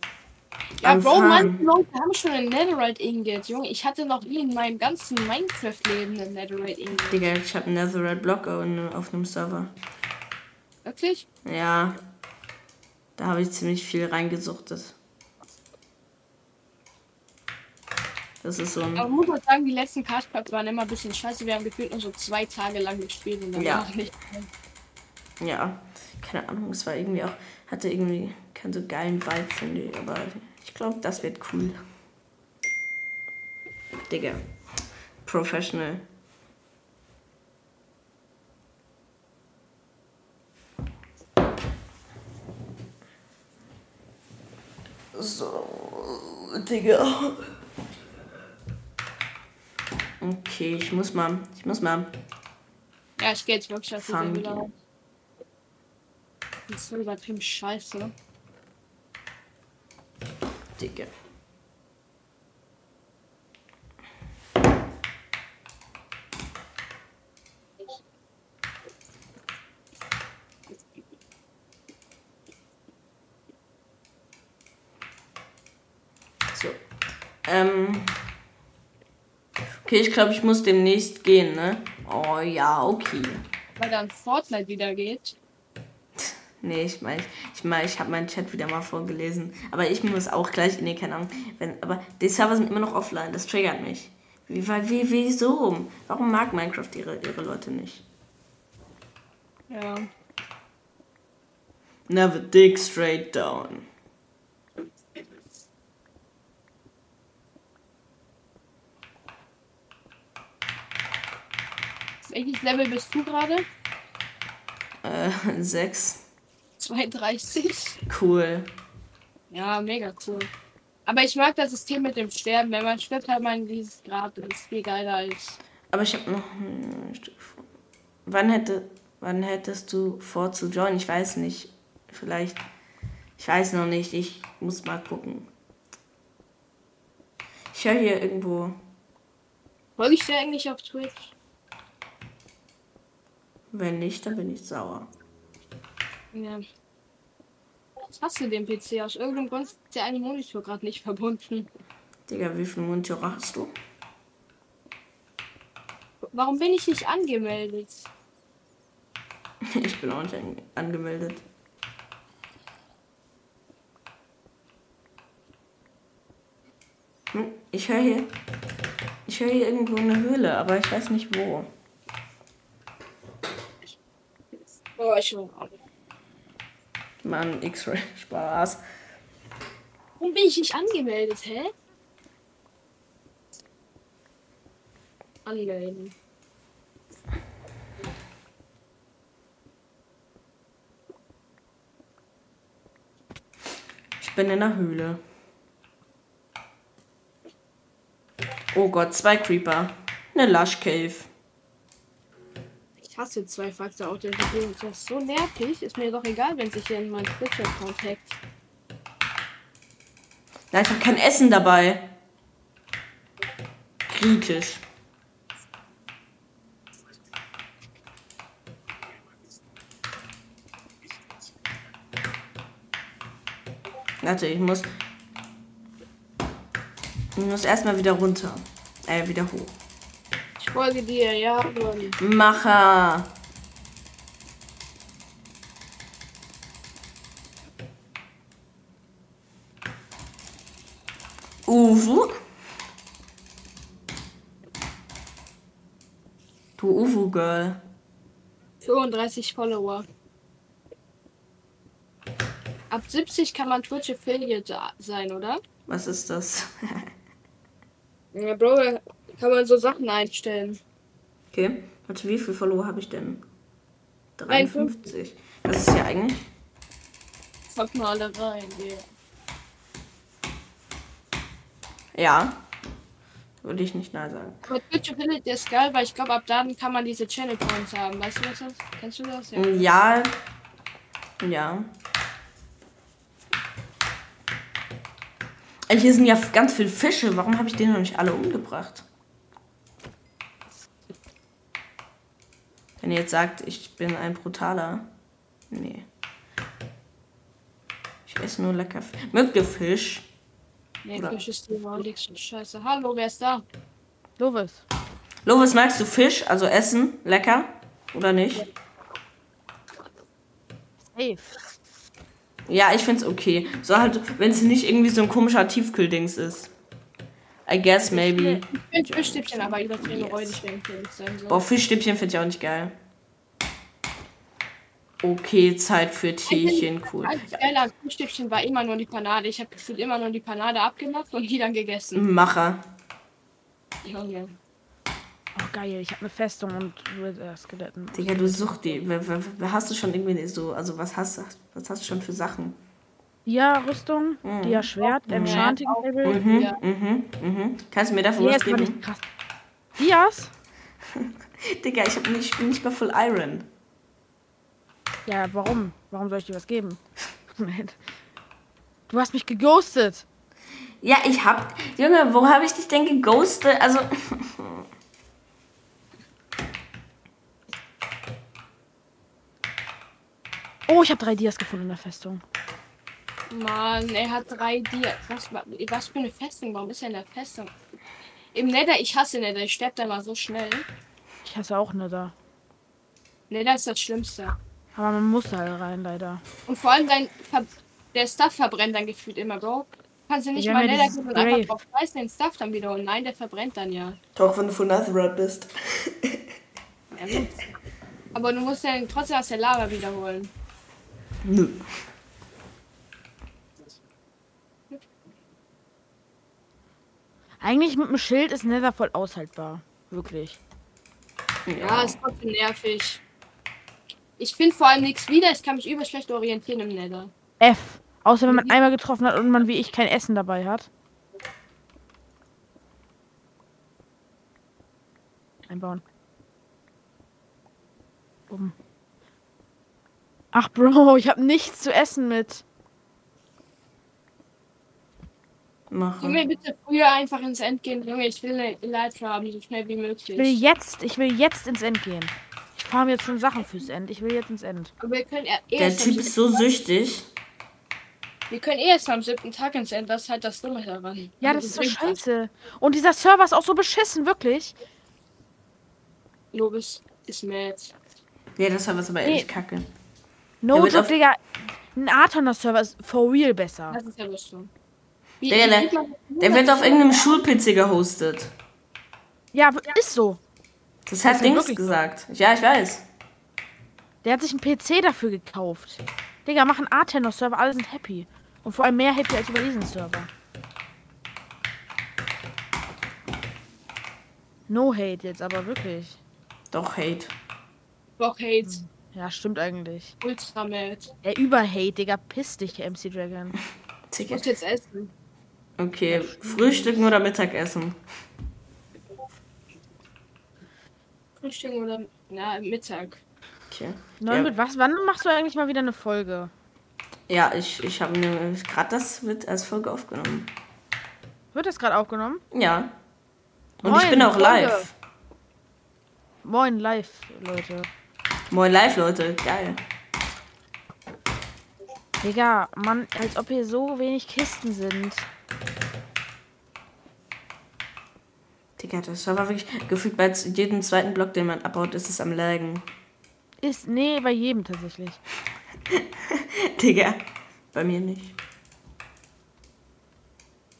E: Ja,
A: am
E: Bro,
A: Farmen.
E: manche Leute haben schon einen Netherite-Ingot, Junge. Ich hatte noch nie in meinem ganzen Minecraft-Leben einen Netherite-Ingot.
A: Digga, ich hab einen Netherite Block auf einem- auf einem Server.
E: Wirklich?
A: Ja. Da habe ich ziemlich viel reingesuchtet. Das ist so ein.
E: Aber muss man sagen, die letzten Cardpacks waren immer ein bisschen scheiße. Wir haben gefühlt nur so zwei Tage lang gespielt und dann
A: Ja.
E: auch nicht.
A: Ja, keine Ahnung, es war irgendwie auch, hatte irgendwie keinen so geilen Vibe, finde ich, aber ich glaube, das wird cool. Digga, professional. So, Digga. Okay, ich muss mal, ich muss mal
E: Ja, ich gehe jetzt wirklich aus dieser
A: Fangen
E: Höhle
A: wir.
E: raus. Das ist so übertrieben scheiße.
A: Digga. So. Ähm. Okay, ich glaube, ich muss demnächst gehen, ne? Oh ja, okay.
E: Weil dann Fortnite wieder geht.
A: Nee, ich meine, ich, mein, ich habe meinen Chat wieder mal vorgelesen. Aber ich muss auch gleich, nee, keine Ahnung. Wenn, aber die Server sind immer noch offline, das triggert mich. Wie, weil, wie, wieso? Warum mag Minecraft ihre, ihre Leute nicht?
E: Ja.
A: Never dig straight down.
E: Welches Level bist du gerade?
A: Äh, 6.
E: 32.
A: Cool.
E: Ja, mega cool. Aber ich mag das System mit dem Sterben. Wenn man stirbt, hat man dieses Grab. Das ist viel geiler als.
A: Aber ich habe noch ein Stück vor. Wann, hätte, wann hättest du vor zu joinen? Ich weiß nicht. Vielleicht. Ich weiß noch nicht. Ich muss mal gucken. Ich höre hier irgendwo.
E: Folge ich dir eigentlich auf Twitch?
A: Wenn nicht, dann bin ich sauer.
E: Ja. Was hast du den PC? Aus irgendeinem Grund ist der eine Monitor gerade nicht verbunden.
A: Digga, wie viel Mundtüre hast du?
E: Warum bin ich nicht angemeldet?
A: Ich bin auch nicht an- angemeldet. Hm, Ich höre hier. Ich höre hier irgendwo eine Höhle, aber ich weiß nicht wo.
E: Oh, ich will auch nicht.
A: Mann, X-Ray, Spaß.
E: Warum bin ich nicht angemeldet, hä? Anmelden.
A: Ich bin in der Höhle. Oh Gott, zwei Creeper. Eine Lush Cave.
E: Ich hasse zwei Faktor Authentifizierung. Das ist so nervig. Ist mir doch egal, wenn sich hier in meinen Twitch-Account hackt.
A: Na, ich habe kein Essen dabei. Kritisch. Warte, ich muss. Ich muss erstmal wieder runter. Äh, wieder hoch.
E: Ich folge dir, ja, Mann.
A: Macher. Uwu? Du Uwu-Girl.
E: 35 Follower. Ab 70 kann man Twitch Affiliate sein, oder?
A: Was ist das?
E: Ja, Bro, da kann man so Sachen einstellen.
A: Okay. Warte, wie viel Follower habe ich denn?
E: 53.
A: 53. Das ist ja eigentlich.
E: Fuck mal alle rein, yeah.
A: Ja. Würde ich nicht nein sagen.
E: Aber Twitch Affiliate ist geil, weil ich glaube, ab dann kann man diese Channel Points haben. Weißt du was das? Kennst du das? Ja.
A: Ja. Ja. Ey, Hier sind ja ganz viele Fische. Warum habe ich den noch nicht alle umgebracht? Wenn ihr jetzt sagt, ich bin ein brutaler. Nee. Ich esse nur lecker Fisch. Mögt ihr Fisch?
E: Nee,
A: Oder-
E: Fisch ist immer nichts und Scheiße. Hallo, wer ist da?
F: Lovis.
A: Lovis, magst du Fisch? Also Essen? Lecker? Oder nicht?
F: Hey,
A: Ja, ich find's okay. So halt, wenn es nicht irgendwie so ein komischer Tiefkühldings ist. I guess maybe.
E: Ich bin Fischstäbchen, aber übertrieben
A: Yes. Oh,
E: yes. räudig, wenn ich ehrlich sein soll.
A: Boah, Fischstäbchen finde ich auch nicht geil. Okay, Zeit für Teechen, cool.
E: Als geiler Fischstäbchen war immer nur die Panade. Ich habe gefühlt immer nur die Panade abgemacht und die dann gegessen.
A: Macher. Mhm.
E: Junge.
F: oh geil, ich habe eine Festung und nur äh, Skeletten.
A: Digga, du suchst die. Wer- wer- wer- Hast du schon irgendwie so, also was hast, was hast du schon für Sachen?
F: Ja, Rüstung, Dia Schwert, Enchanting Table.
A: Mhm,
E: Ja.
A: mhm, mhm. Kannst du mir dafür
F: Dias
A: was
F: fand ich
A: geben?
F: krass. Dias?
A: Digga, ich, hab nicht, ich bin nicht mal Full Iron.
F: Ja, warum? Warum soll ich dir was geben? Moment. Du hast mich geghostet.
A: Ja, ich hab. Junge, wo habe ich dich denn geghostet? Also.
F: Oh, ich habe drei Dias gefunden in der Festung.
E: Mann, er hat drei Dias. Was, wa- was für eine Festung? Warum ist er in der Festung? Im Nether, ich hasse Nether. Ich sterbe da immer so schnell.
F: Ich hasse auch nicht da.
E: Nether ist das Schlimmste.
F: Aber man muss da halt rein, leider.
E: Und vor allem dein Ver der Stuff verbrennt dann gefühlt immer, Bro. Kannst du nicht
F: Ja, ne,
E: mal
F: ja,
E: Nether
F: dieses
E: gehen und
F: Grave.
E: einfach drauf reißen, den Stuff dann wieder. Und nein, der verbrennt dann ja.
A: Doch, wenn du Full Netherrod bist.
E: Ja, gut. Aber du musst ja trotzdem aus der Lava wiederholen.
A: Nö.
F: Eigentlich mit dem Schild ist Nether voll aushaltbar. Wirklich.
E: Ja, ist trotzdem nervig. Ich finde vor allem nichts wieder. Ich kann mich übel schlecht orientieren im Nether.
F: F. Außer wenn man einmal getroffen hat und man wie ich kein Essen dabei hat. Einbauen. Bumm. Ach Bro, ich habe nichts zu essen mit.
A: Mache.
E: Junge, bitte früher einfach ins End gehen. Junge, ich will eine Elytra haben, so schnell wie
F: Ich will
E: möglich.
F: jetzt, ich will jetzt ins End gehen. Ich farm jetzt schon Sachen fürs End. Ich will jetzt ins End.
E: Aber wir können er- eh
A: Der
E: erst, am,
A: Typ ist so süchtig.
E: wir können eh erst am siebten Tag ins End. Das ist halt das Dumme daran.
F: Ja, das
E: Also
F: ist so
E: bringt
F: scheiße. Und dieser Server ist auch so beschissen, wirklich.
E: was. Lobis ist mad.
A: Ja, das war was aber ehrlich kacke. Der
F: No
A: wird auf-
F: joke, Digga. Ein Artoner Server ist for real besser.
E: Das ist ja lustig. schon. Wie,
A: Der, der,
E: sieht man-
A: der wird auf irgendeinem Schulpizzi gehostet.
F: Ja, w- ist so.
A: Das hat
F: ist ja
A: Dings
F: wirklich so.
A: gesagt. Ja, ich weiß.
F: Der hat sich einen PC dafür gekauft. Digga, mach einen Artenos-Server, alle sind happy. Und vor allem mehr happy als über diesen Server. No hate jetzt, aber wirklich.
A: Doch, Hate.
E: Bock Hate,
F: Ja, stimmt eigentlich.
E: ultra mad.
F: Der Überhate, Digga, piss dich, MC Dragon.
E: Ich muss jetzt essen.
A: Okay, Frühstücken oder Mittagessen?
E: Frühstück oder na, Mittag.
A: Okay.
F: Neun
A: Ja,
F: mit was? Wann machst du eigentlich mal wieder eine Folge?
A: ja ich, ich habe gerade das mit als Folge aufgenommen.
F: Wird das gerade aufgenommen?
A: Ja. Und ich
F: Moin,
A: bin auch
F: Folge.
A: live.
F: Moin, live, Leute.
A: Moin live, Leute. Geil.
F: Digga, Mann, als ob hier so wenig Kisten sind.
A: Digga, das war wirklich gefühlt bei jedem zweiten Block, den man abbaut, ist es am Lagen.
F: Ist, nee, bei jedem tatsächlich.
A: Digga, bei mir nicht.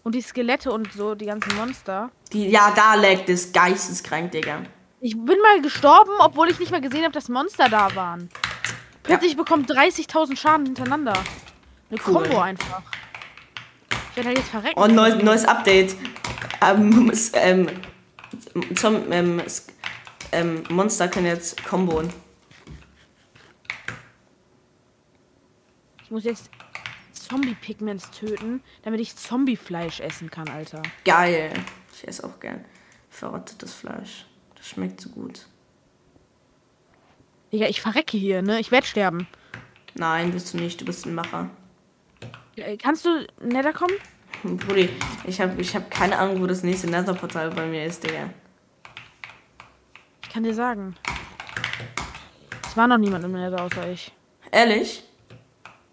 F: Und die Skelette und so, die ganzen Monster.
A: Die, ja, da laggt es geisteskrank, Digga.
F: Ich bin mal gestorben, obwohl ich nicht mal gesehen habe, dass Monster da waren. Plötzlich bekommt 30.000 Schaden hintereinander. Eine
A: Cool.
F: Combo einfach. Ich werde halt jetzt verrecken.
A: Und Oh, neu, neues Update. Ähm, s- ähm, zum, ähm, s- ähm, Monster können jetzt komboen.
F: Ich muss jetzt Zombie-Pigments töten, damit ich Zombie-Fleisch essen kann, Alter.
A: Geil. Ich esse auch gern verrottetes Fleisch. Das schmeckt so gut.
F: Digga, ich verrecke hier, ne? Ich werde sterben.
A: Nein, bist du nicht. Du bist ein Macher.
F: Äh, Kannst du netter kommen?
A: Hm, Brudi, ich habe ich hab keine Ahnung, wo das nächste Netherportal bei mir ist, Digga.
F: Ich kann dir sagen. Es war noch niemand im Nether außer ich.
A: Ehrlich?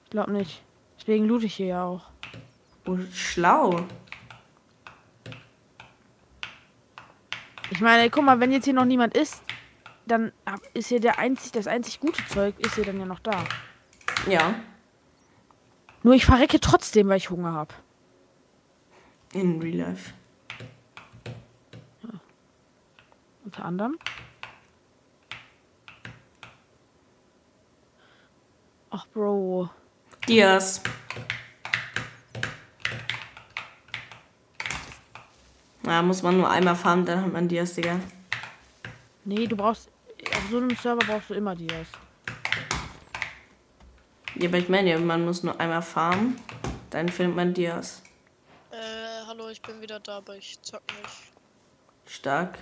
F: Ich glaub nicht. Deswegen loot ich hier ja auch.
A: Oh, schlau.
F: Ich meine, guck mal, wenn jetzt hier noch niemand ist, dann hab- ist hier der einzig, das einzig gute Zeug, ist hier dann ja noch da.
A: Ja.
F: Nur ich verrecke trotzdem, weil ich Hunger habe.
A: In Real Life.
F: Unter anderem. Ach, Bro.
A: Dias. Na, muss man nur einmal farmen, dann hat man Dias, Digga.
F: Nee, du brauchst. Auf so einem Server brauchst du immer Dias.
A: Ja, aber ich meine, ja, man muss nur einmal farmen, dann findet man Dias.
C: Äh, hallo, ich bin wieder da, aber ich zock nicht.
A: Stark.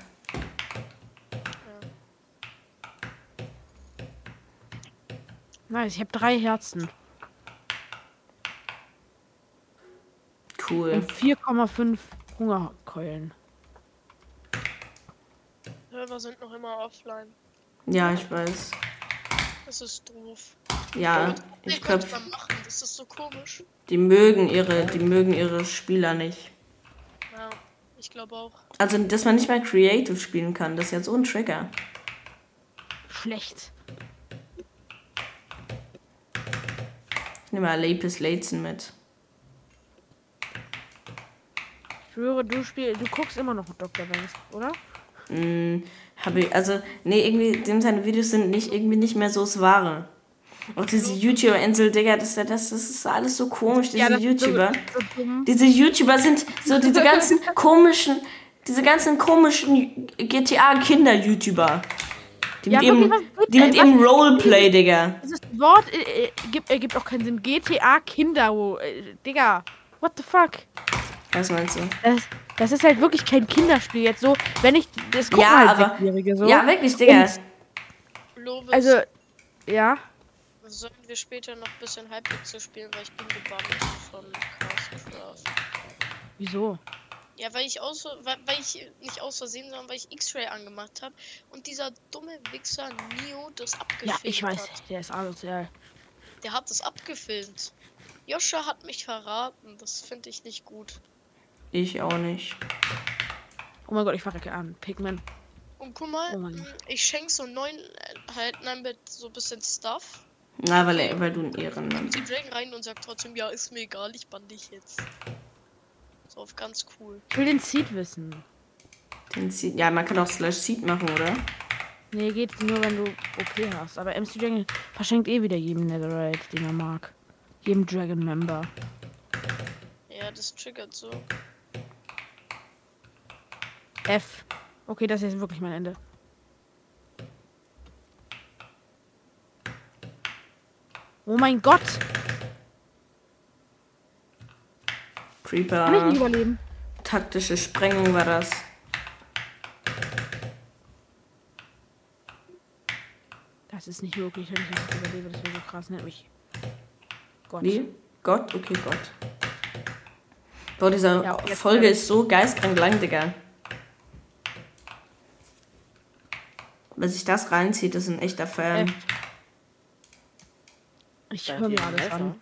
F: Nice, ich habe drei Herzen.
A: Cool.
F: Und 4,5 Hungerkeulen.
C: Server sind noch immer offline.
A: Ja, ich weiß.
C: Das ist doof.
A: Ja,
C: Ich
A: ich
C: könnte
A: köpf.
C: man machen, das ist so komisch.
A: Die mögen ihre, die mögen ihre Spieler nicht.
C: Ja, ich glaube auch.
A: Also, dass man nicht mal Creative spielen kann, das ist jetzt so ein Trigger.
F: Schlecht.
A: Ich nehme mal Lapis Lazen mit.
F: Ich schwöre, du spiel, du guckst immer noch Dr. Banks, oder?
A: Mm, hab ich, also, nee, irgendwie, dem seine Videos sind nicht, irgendwie nicht mehr so das Wahre. Auch diese YouTuber-Insel, Digga, das, das, das ist alles so komisch, diese YouTuber.
F: So, so dumm.
A: Diese YouTuber sind so diese ganzen komischen, diese ganzen komischen GTA-Kinder-YouTuber. Die,
F: Ja,
A: mit ihrem-
F: wirklich, was-
A: die mit
F: was-
A: ihrem Roleplay, Digga.
F: Dieses Wort äh, äh, gibt, äh, gibt auch keinen Sinn. GTA Kinder. oh, Äh, Digga, what the fuck?
A: Was meinst du?
F: Das, das ist halt wirklich kein Kinderspiel jetzt so. Wenn ich. Das gucken
A: Ja,
F: halt
A: aber-
F: Sechsjährige so.
A: Ja, wirklich, Digga.
C: Lovis,
F: also, ja.
C: sollen wir später noch ein bisschen Halbpixel spielen, weil ich bin gebannt von Castcraft.
F: Wieso?
C: Ja, weil ich aus, weil, weil ich nicht aus Versehen, sondern weil ich X-Ray angemacht habe und dieser dumme Wichser Neo das
F: Ja,
C: abgefilmt
F: ich weiß.
C: hat.
F: Der ist asozial.
C: Der hat das abgefilmt. Joscha hat mich verraten, das finde ich nicht gut.
A: Ich auch nicht.
F: Oh mein Gott, ich verrecke an. Pigment.
C: Und guck mal,
F: Oh Mann.
C: mh, ich schenke so neun äh, halt nein, mit so ein bisschen Stuff.
A: Na, weil, er- weil du ein Ehrenmann bist.
C: Sie Dragon rein und sagt trotzdem, ja, ist mir egal, ich bann dich jetzt. So auf ganz cool.
F: Ich will den Seed wissen.
A: Den Seed- Ja, man kann auch Slash Seed machen, oder?
F: Nee, geht nur, wenn du OP hast. Aber MC Dragon verschenkt eh wieder jedem Netherite, den er mag. Jedem Dragon-Member.
C: Ja, das triggert so.
F: F. Okay, das ist jetzt wirklich mein Ende. Oh mein Gott! Kann ich nicht
A: Creeper.
F: überleben?
A: Taktische Sprengung war das.
F: Das ist nicht möglich, wenn ich das nicht überlebe. Das wäre so krass, nennt mich. Gott.
A: Wie? Gott? Okay, Gott. Boah, diese
F: Ja, jetzt-
A: Folge ist so geistkrank lang, Digga. Wer sich das reinzieht, ist ein echter Fan.
F: Echt? Ich höre mir alles an.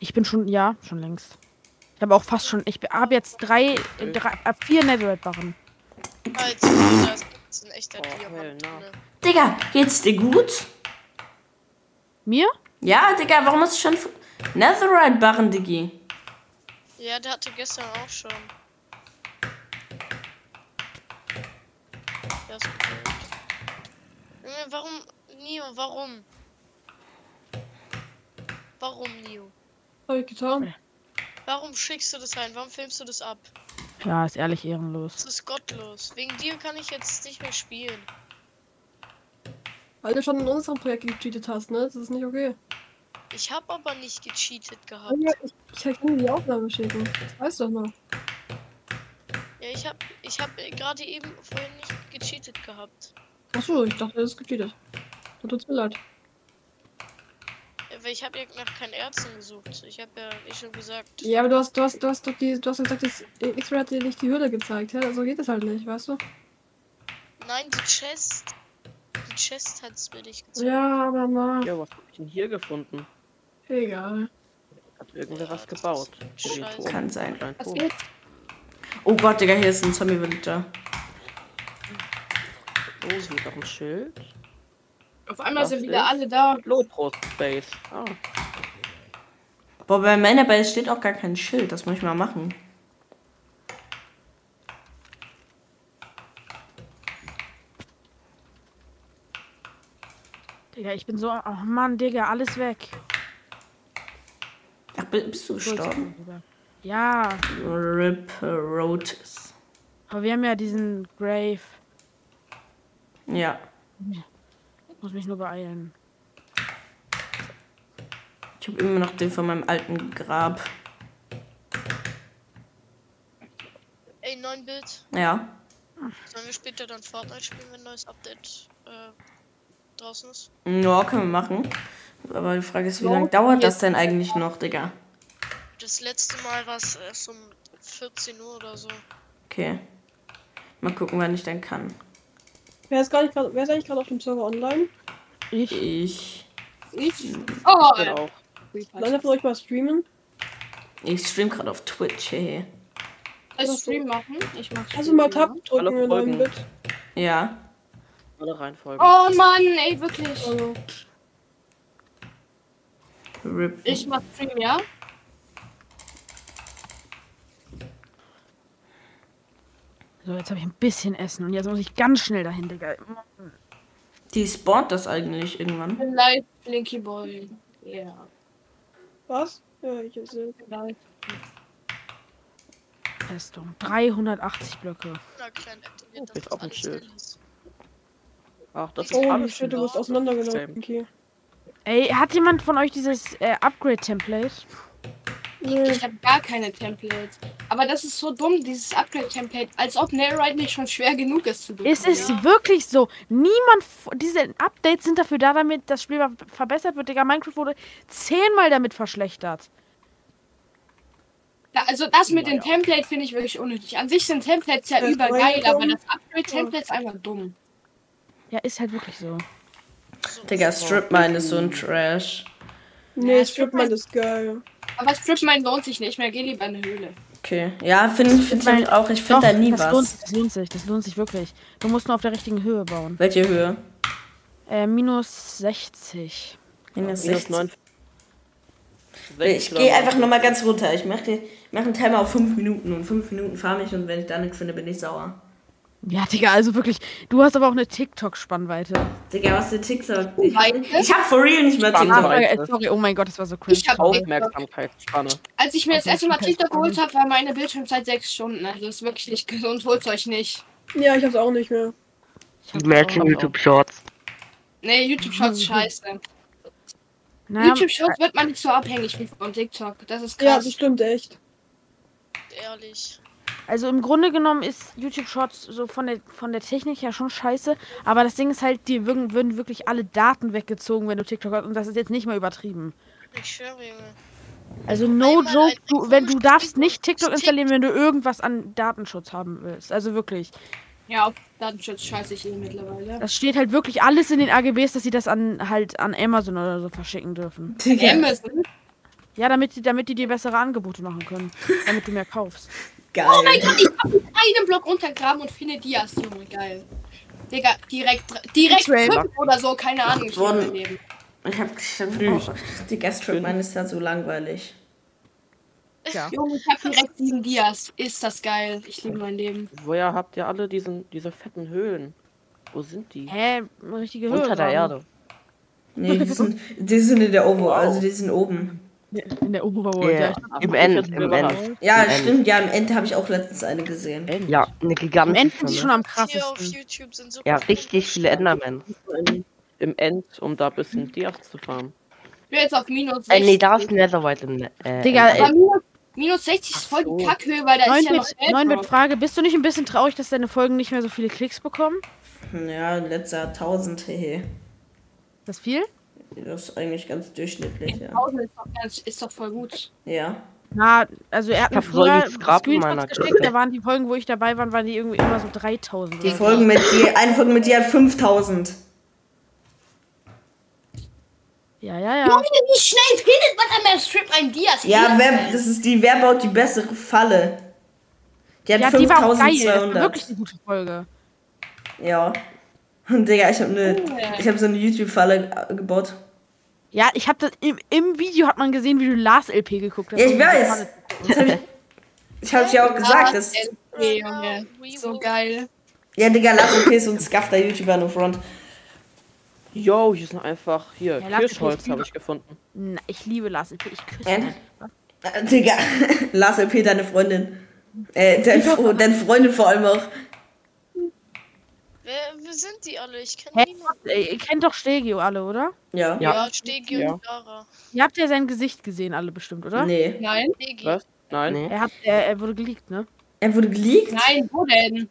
F: Ich bin schon, ja, schon längst. Ich habe auch fast schon, ich habe jetzt drei, äh, drei äh, vier Netherite-Barren.
C: Also, das ist ein echter
G: Oh, hell
C: Diamant. ne?
G: no.
C: drinne.
A: Digga, geht's dir gut?
F: Mir?
A: Ja, Digga, warum hast du schon Netherite-Barren, Diggi?
C: Ja, der hatte gestern auch schon. Der ist gut. Junge, warum, Nio, warum? Warum, Nio?
B: Hab ich getan.
C: Warum schickst du das rein? Warum filmst du das ab?
F: Ja, ist ehrlich
C: Das
F: ehrenlos.
C: ist gottlos. Wegen dir kann ich jetzt nicht mehr spielen.
B: Weil du schon in unserem Projekt gecheatet hast, ne? Das ist nicht okay.
C: Ich habe aber nicht gecheatet gehabt.
B: Junge, Ich, ich kann dir die Aufnahme schicken. Das weißt du doch noch.
C: Ja, ich habe ich hab äh, gerade eben vorhin nicht gecheatet gehabt.
B: Achso, ich dachte, das ist gecheatet. Dann tut's mir leid.
C: Äh, Weil ich habe ja nach keinen Ärzten gesucht. Ich habe ja eh schon gesagt.
B: Ja, aber du hast, du hast, du hast doch die, du hast doch gesagt, das X-Ray hat dir nicht die Hürde gezeigt, ja? So geht das halt nicht, weißt du?
C: Nein, die Chest. Die Chest hat's mir nicht gezeigt.
B: Ja, aber na.
G: Ja, was hab ich denn hier gefunden?
B: Egal.
G: Hat irgendwer
C: Ja,
G: was
C: das
G: gebaut? Oh,
C: ist
G: Für den
C: scheiße.
G: Turm.
A: Kann sein.
G: Für einen
E: Was
G: Turm.
E: geht?
A: Oh Gott, Digga, hier ist ein Zombie-Villager.
G: Oh, hier ist noch ein Schild.
E: Auf einmal
G: Was
E: sind
G: ist?
E: wieder alle da.
G: Lopro Space. Ah,
A: Boah, bei meiner Base steht auch gar kein Schild. Das muss ich mal machen.
F: Digga, ich bin so. Oh Mann, Digga, alles weg.
A: Ach, bi- bist du gestorben?
F: Ja,
A: Rip Rotis.
F: aber wir haben ja diesen Grave.
A: Ja.
F: Ich muss mich nur beeilen.
A: Ich habe immer noch den von meinem alten Grab.
C: Ey, neuen Bild.
A: Ja.
C: Sollen wir später dann Fortnite spielen, wenn ein neues Update äh, draußen ist?
A: Ja, können wir machen. Aber die Frage ist, wie
E: Ja,
A: lange dauert das
E: jetzt-
A: denn eigentlich noch, Digga?
C: Das letzte Mal war es erst um 14 Uhr oder so.
A: Okay. Mal gucken, wann ich dann kann.
B: Wer ist, gar nicht grad, wer ist eigentlich gerade auf dem Server online?
F: Ich?
A: Ich.
E: Ich? Oh,
G: ich bin auch.
B: Leute von euch mal streamen.
A: Ich stream gerade auf Twitch, hey.
E: Also Stream machen. Ich mach
B: Also
E: Stream,
B: mal
E: ja.
B: Tab drücken
G: Alle
B: in
G: folgen.
B: neuen Bit.
A: Ja.
G: Alle reinfolgen.
E: Oh Mann, ey, wirklich.
B: Also,
A: Rip.
E: Ich mach Stream, ja?
F: So, jetzt habe ich ein bisschen Essen und jetzt muss ich ganz schnell dahin, Digga.
A: Die spawnt das eigentlich irgendwann.
E: bin live, Blinky Boy. Ja.
B: was? Ja, ich hab's gesehen.
E: Live.
F: Festung. 380 Blöcke.
C: Na, klein aktiviert
G: Oh,
C: das
G: jetzt
C: ist alles
G: auch ein Schild.
C: drin ist.
G: Ach, das ist
B: Oh,
G: alles.
B: shit, du wirst
G: schon
B: auseinandergenommen.
G: Same.
B: Okay.
F: Ey, hat jemand von euch dieses äh, Upgrade-Template?
B: Nee.
E: Ich habe gar keine Templates. Aber das ist so dumm, dieses Upgrade-Template. Als ob Nailride nicht schon schwer genug ist zu bekommen.
F: Ist es wirklich so? Niemand. f- Diese Updates sind dafür da, damit das Spiel ver- verbessert wird, Digga. Minecraft wurde zehnmal damit verschlechtert.
E: Da- Also das mit dem Template finde ich wirklich unnötig. An sich sind Templates ja
B: Das
E: übergeil,
B: war ja
E: aber
B: dumm.
E: das Upgrade-Template ist einfach dumm.
F: Ja, ist halt wirklich so.
A: Digga, Stripmine ist so ein Trash.
B: Nee,
E: Ja,
B: Stripman ist geil.
E: Aber Stripmine lohnt sich nicht mehr, geh lieber in eine Höhle.
A: Okay. Ja, finde find ich auch. Ich finde da nie
F: das Lohnt sich,
A: was.
F: das lohnt sich, das lohnt sich wirklich. Du musst nur auf der richtigen Höhe bauen.
A: Welche Höhe?
F: Äh, minus 60.
A: Minus
G: Minus
A: 60.
G: 9.
A: Ich gehe einfach nochmal ganz runter. Ich mache mach einen Timer auf 5 Minuten und 5 Minuten fahre ich und wenn ich da nichts finde, bin ich sauer.
F: Ja, Digga, also wirklich. Du hast aber auch eine TikTok-Spannweite.
A: Digga, was für TikTok?
E: Oh,
A: Ich, hab-
E: Weite?
A: ich hab for real nicht mehr
G: Spannend.
A: TikTok.
G: Spannweite.
F: Äh, sorry, oh mein Gott, das war so cringe.
E: Ich hab
G: Aufmerksamkeitsspanne.
E: Als ich mir das
F: Auf
E: erste Mal
F: jeden Fall
E: TikTok geholt habe, war meine Bildschirmzeit sechs Stunden. Also ist wirklich nicht gesund, holt's euch nicht.
B: Ja, ich hab's auch nicht mehr.
F: Ich hab auch-
G: Shorts.
E: Nee, YouTube-Shorts scheiße.
F: Naja,
E: YouTube-Shorts wird man nicht so abhängig wie von TikTok. Das ist
B: Ja,
E: krass.
B: das stimmt echt.
C: Ehrlich.
F: Also im Grunde genommen ist YouTube Shorts so von der, von der Technik her schon scheiße, aber das Ding ist halt, dir würden, würden wirklich alle Daten weggezogen, wenn du TikTok hast und das ist jetzt nicht mal übertrieben.
C: Ich schwöre, Junge.
F: Also no
C: Einmal
F: joke,
C: ein
F: du, wenn du darfst
C: komisches
F: nicht TikTok installieren, wenn du irgendwas an Datenschutz haben willst. Also wirklich.
E: Ja, auf Datenschutz scheiße ich eh mittlerweile.
F: Das steht halt wirklich alles in den AGBs, dass sie das an halt an Amazon oder so verschicken dürfen.
E: Amazon?
F: Ja, damit, die- damit die dir bessere Angebote machen können, damit du mehr kaufst.
A: Geil.
E: Oh mein Gott, ich hab einen Block runtergraben und finde Dias, Junge, geil. Digga, direkt, dr- direkt
F: X-Ray.
E: fünf oder so, keine Ahnung. Ich
A: Wurden-
E: will leben.
A: Ich hab, ich hab oh, die Gastripmine ist da so langweilig.
E: Junge, ich hab direkt sieben Dias. Ist das geil. Ich liebe mein Leben.
G: Woher habt ihr alle diesen, diese fetten Höhlen? Wo sind die?
F: Hä, richtige Höhe.
G: Unter der Erde.
A: Nee, die sind, die sind in der Ovo,
G: Wow.
A: also die sind oben.
F: In der Overworld,
H: Ja,
F: ja. ich-
G: Hab
H: Im
G: mich
H: End,
G: jetzt
H: im
G: überrascht.
H: End.
A: Ja,
H: Im End.
A: stimmt. Ja, am Ende habe ich auch letztens eine gesehen.
G: End.
H: Ja, eine
F: Am
H: gigantische.
F: Ende sind sie schon
H: Schlange.
F: am
C: Hier auf
F: krassesten.
C: YouTube sind so
H: Ja,
C: viele
H: richtig viele Endermen.
G: im- Im End, um da ein bisschen Dias zu farmen.
E: Ich bin jetzt auf minus 60.
H: Äh, nee, da ist Netherite im Ne- äh,
F: Digga,
H: im
E: Aber
H: End.
E: minus, minus 60 ist voll die
G: so.
E: Kackhöhe, weil da ist ja noch
F: Neunbit-
E: Welt
F: Neunbit
E: drauf.
F: Frage, bist du nicht ein bisschen traurig, dass deine Folgen nicht mehr so viele Klicks bekommen?
A: Hm, Ja, letzter 1000, hehe.
F: Ist Das viel?
A: Das ist eigentlich ganz durchschnittlich, ja.
E: 1000 ist doch, ganz- ist doch voll gut.
A: Ja.
F: Na, also er hat mir
H: hab so einen
F: früher
H: Scrap in meiner
F: Screenshots geschickt,
H: Küche.
F: da waren die Folgen, wo ich dabei war, waren die irgendwie immer so 3000.
A: Die
F: oder so.
A: Folgen mit dir, eine Folge mit dir hat 5000.
F: Ja, ja, ja.
E: Wie schnell findet man an meinem Strip ein Dias?
A: Ja, wer, das ist die, wer baut die bessere Falle? Die hat
F: Ja, die war auch geil. Das war
A: 5200.
F: wirklich eine gute Folge.
A: ja. Und Digga, ich habe
F: Oh,
E: Cool.
A: ne, ich hab so eine YouTube-Falle äh, gebaut.
F: Ja, ich hab das im, im Video hat man gesehen, wie du Lars LP geguckt hast.
A: Ja, ich
F: Und so
A: weiß.
F: fand ich-
A: Ich hab's ja auch gesagt, dass.
E: Okay, Junge. So geil.
A: Ja, Digga, lass OP ist so ein skafter YouTuber no front.
G: Yo, hier sind einfach. Hier,
F: Ja, lass
G: Kirschholz
F: mich
G: habe ich gefunden.
F: Na, ich liebe Lars LP. Ich küsse
A: Äh?
F: ihn.
A: Äh, Digga, lass OP deine Freundin. Äh, dein, Fro- deine Freundin vor allem auch.
C: Wer, wer sind die alle? Ich kenne
F: Hä?
C: niemanden.
F: Ey, Ihr kennt doch Stegio alle, oder?
A: Ja.
G: Ja.
C: Ja, Stegi
G: Ja.
C: und Lara.
F: Ihr habt ja sein Gesicht gesehen, alle bestimmt, oder?
A: Nee.
E: Nein.
C: Stegi.
G: Was? Nein.
H: Nee.
F: Er, hat, er, er wurde geleakt, ne?
A: Er wurde geleakt?
E: Nein, wo denn?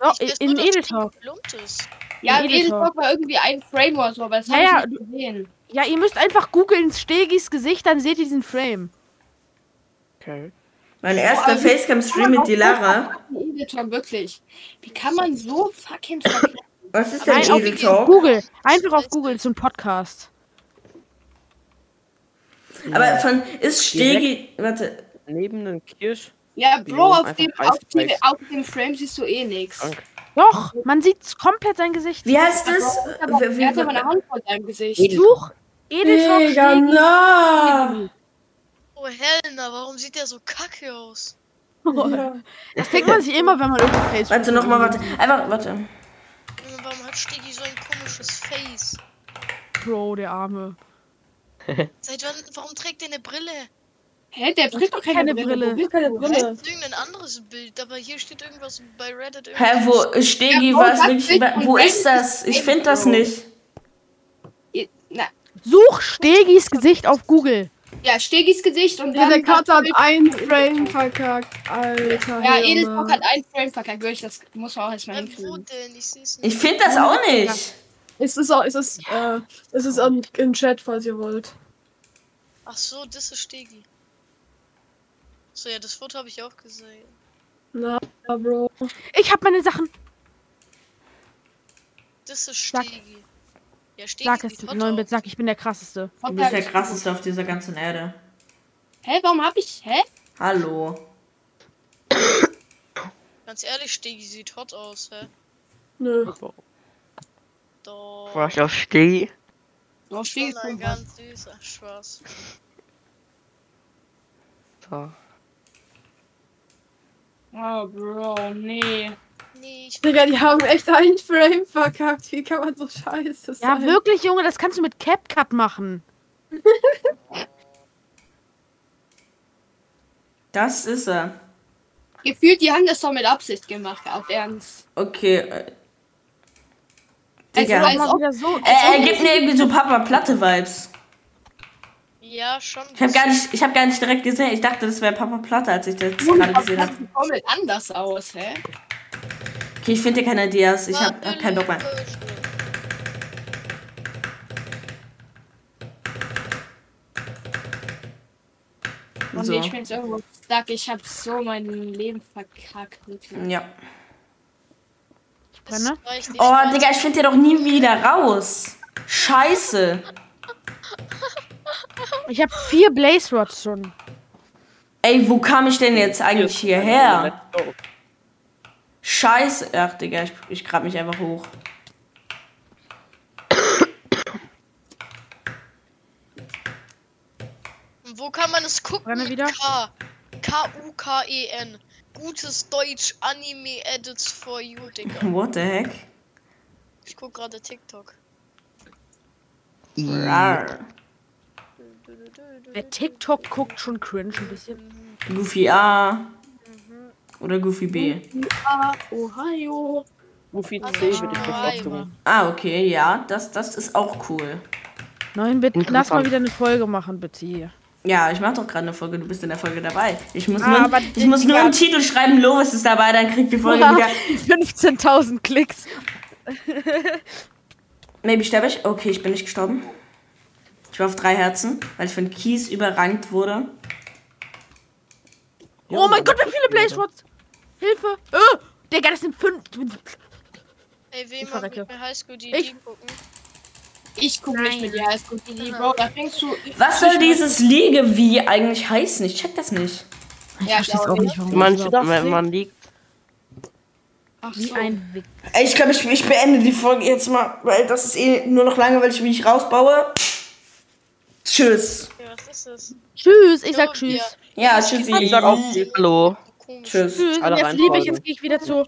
F: So,
C: Ich weiß
F: in
C: nur, dass
F: Edeltau.
C: Stegi plumpt ist.
E: Ja,
F: Ein
E: im
F: Editor.
E: Edelstock war irgendwie ein Frame oder so, aber das
F: Ja,
E: habe
F: ja,
E: ich nicht gesehen.
F: Ja, ihr müsst einfach googeln Stegis Gesicht, dann seht ihr diesen Frame.
G: Okay.
A: Mein erster
E: also-
A: Facecam-Stream mit die Lara.
E: Ein Editor, wirklich. Wie kann man so fucking verkehrt
A: Was ist denn
F: Nein, auf
A: Edel Talk?
F: Google. Einfach auf Google zum Podcast.
A: Aber von ist Stegi. Warte.
G: Neben den Kirsch.
E: Ja,
G: Die
E: Bro,
G: haben
E: auf
G: einfach
E: dem,
G: Preis
E: auf, dem,
G: gezeigt.
E: auf dem Frame siehst du eh nichts.
G: Danke.
F: Doch, man sieht komplett sein Gesicht.
A: Wie heißt das?
E: Aber
A: Wie-
E: er hat aber eine
A: wie-
E: Hand vor seinem Gesicht.
F: Such Edeltau
B: Digga,
F: Stegi.
B: na!
C: Oh, Helena, warum sieht der so kacke aus?
F: Das denkt man sich immer, wenn man irgendwie Facebook.
A: Warte nochmal, warte. Einfach, warte.
C: Junge, Warum hat Stegi so ein komisches Face?
F: Bro, der Arme.
C: Seit wann, warum trägt er eine Brille?
E: Hä, der trägt doch keine,
F: Keine Brille.
E: Wo bist
B: Keine
E: du?
B: Brille.
C: Das ist irgendein anderes Bild, aber hier steht irgendwas bei Reddit.
A: Hä,
C: irgendwas.
A: wo Stegi
E: Ja,
A: war es
E: was
A: wirklich.
E: willst du
A: Wo
E: denn?
A: ist das? Ich finde das nicht.
E: I- Na,
F: Such Stegis Gesicht auf Google.
E: ja, Stegis Gesicht und
B: Ja, der
E: dann.
B: Kater hat einen Frame verkackt, Alter.
E: ja,
B: Junge.
E: Edelstock hat einen Frame verkackt. Wirklich, das muss man auch erstmal
C: Hä, wo
E: hinkriegen.
C: denn? Ich seh's nicht.
A: Ich finde das auch nicht.
B: Es ist auch, es ist, äh, es ist im, im Chat, falls ihr wollt.
C: Ach so, das ist Stegi. So, ja, das Foto habe ich auch gesehen.
B: Na, Bro.
F: Ich hab meine Sachen.
C: Das ist
F: Sag-
C: Stegi. Ja, Stegi
F: Sag es,
C: sieht hot
F: neun Bit,
C: aus.
F: sag ich bin der krasseste.
E: Hot Dog-
A: krasseste auf dieser ganzen Erde.
E: Hä, warum hab ich. Hä?
A: Hallo.
C: Ganz ehrlich, Stegi sieht hot aus, hä?
B: Nö.
C: Doch.
H: Crush auf Stegi.
E: Warum Stegis
C: Sondern
E: Frame?
C: ganz süß. Ach, Spaß.
H: So.
E: Oh, Bro, nee.
C: Nee, ich
B: Digga, die haben echt einen Frame verkackt. Wie kann man so scheiße sein?
F: Ja, wirklich, Junge, das kannst du mit CapCut machen.
A: Das ist er.
E: Gefühlt, die haben das doch mit Absicht gemacht, auf Ernst.
A: Okay. äh,
E: Also,
A: Digga.
E: als
F: Mal
E: ob,
F: wieder so.
A: Er, er gibt mir irgendwie so Papa-Platte-Vibes.
C: Ja, schon.
A: Ich habe gar, nicht- ich hab gar nicht direkt gesehen. Ich dachte, das wäre Papa Platte, als ich das gerade
E: das
A: gesehen habe.
E: sieht komplett anders aus, hä?
A: Okay, ich finde keine Dias. Ich habe hab keinen Bock mehr.
E: Und
A: So.
E: ich bin jetzt irgendwo stuck. Ich hab so mein Leben verkackt. wirklich.
A: Ja.
F: Brenne?
A: Oh, Digga, ich finde den doch nie wieder raus. Scheiße.
F: Ich hab vier Blaze Rods schon.
A: Ey, wo kam ich denn jetzt eigentlich hierher?
G: Let's go.
A: Scheiße. Ach, Digga, ich, ich grab mich einfach hoch.
C: Wo kann man es gucken?
F: Brenne wieder.
C: K. K-U-K-E-N. Gutes Deutsch Anime Edits for you, Digga.
A: What the heck?
C: Ich guck gerade TikTok.
H: I-
A: Rar.
F: Wer TikTok guckt, schon cringe ein bisschen.
A: Goofy A. Oder Goofy B.
E: Ah, Ohio.
G: Goofy
C: Also,
G: C würde ich
C: ah,
G: bevorzugen.
A: Ah, okay, ja. Das, das ist auch cool.
F: 9 Bit, lass mal
H: Interessant.
F: wieder eine Folge machen, bitte hier.
A: Ja, ich mach doch gerade eine Folge, du bist in der Folge dabei. Ich muss
F: Ah,
A: nur,
F: aber
A: ich muss nur
F: Digga.
A: einen Titel schreiben, Lovis ist dabei, dann kriegt die Folge wieder.
F: 15.000 Klicks.
A: Maybe sterbe ich. Okay, ich bin nicht gestorben. Ich war auf drei Herzen, weil ich von Kies überrankt wurde.
F: Oh mein Gott, wie viele Playshots! Hilfe! Öh! Digga, das sind fünf.
C: Ey, will
F: Ich
C: jemand
F: verrecke.
C: mit mir Highschool
F: Ich-
C: DD gucken?
E: Ich gucke nicht mit dir als Gutini, Bro. Da fängst du.
A: Was soll dieses Liege wie eigentlich heißen? Ich check das nicht.
E: Ich ja,
F: versteh's
E: glaub
F: auch nicht, warum.
H: Man,
G: überhaupt
H: man,
G: nicht.
H: man liegt.
E: Ach
F: Wie
E: so.
F: ein Wick.
A: Ey, Ich glaube, ich, ich beende die Folge jetzt mal, weil das ist eh nur noch lange, weil ich mich rausbaue. Tschüss.
C: Ja, was ist das?
F: Tschüss, ich sag
C: Klopapier.
F: tschüss.
A: Ja,
H: Ich
A: tschüssi.
H: sag auch Hallo.
C: Komisch.
A: Tschüss.
F: Tschüss,
G: Alle
F: und jetzt liebe ich,
G: reinfolgen.
F: jetzt gehe ich wieder zu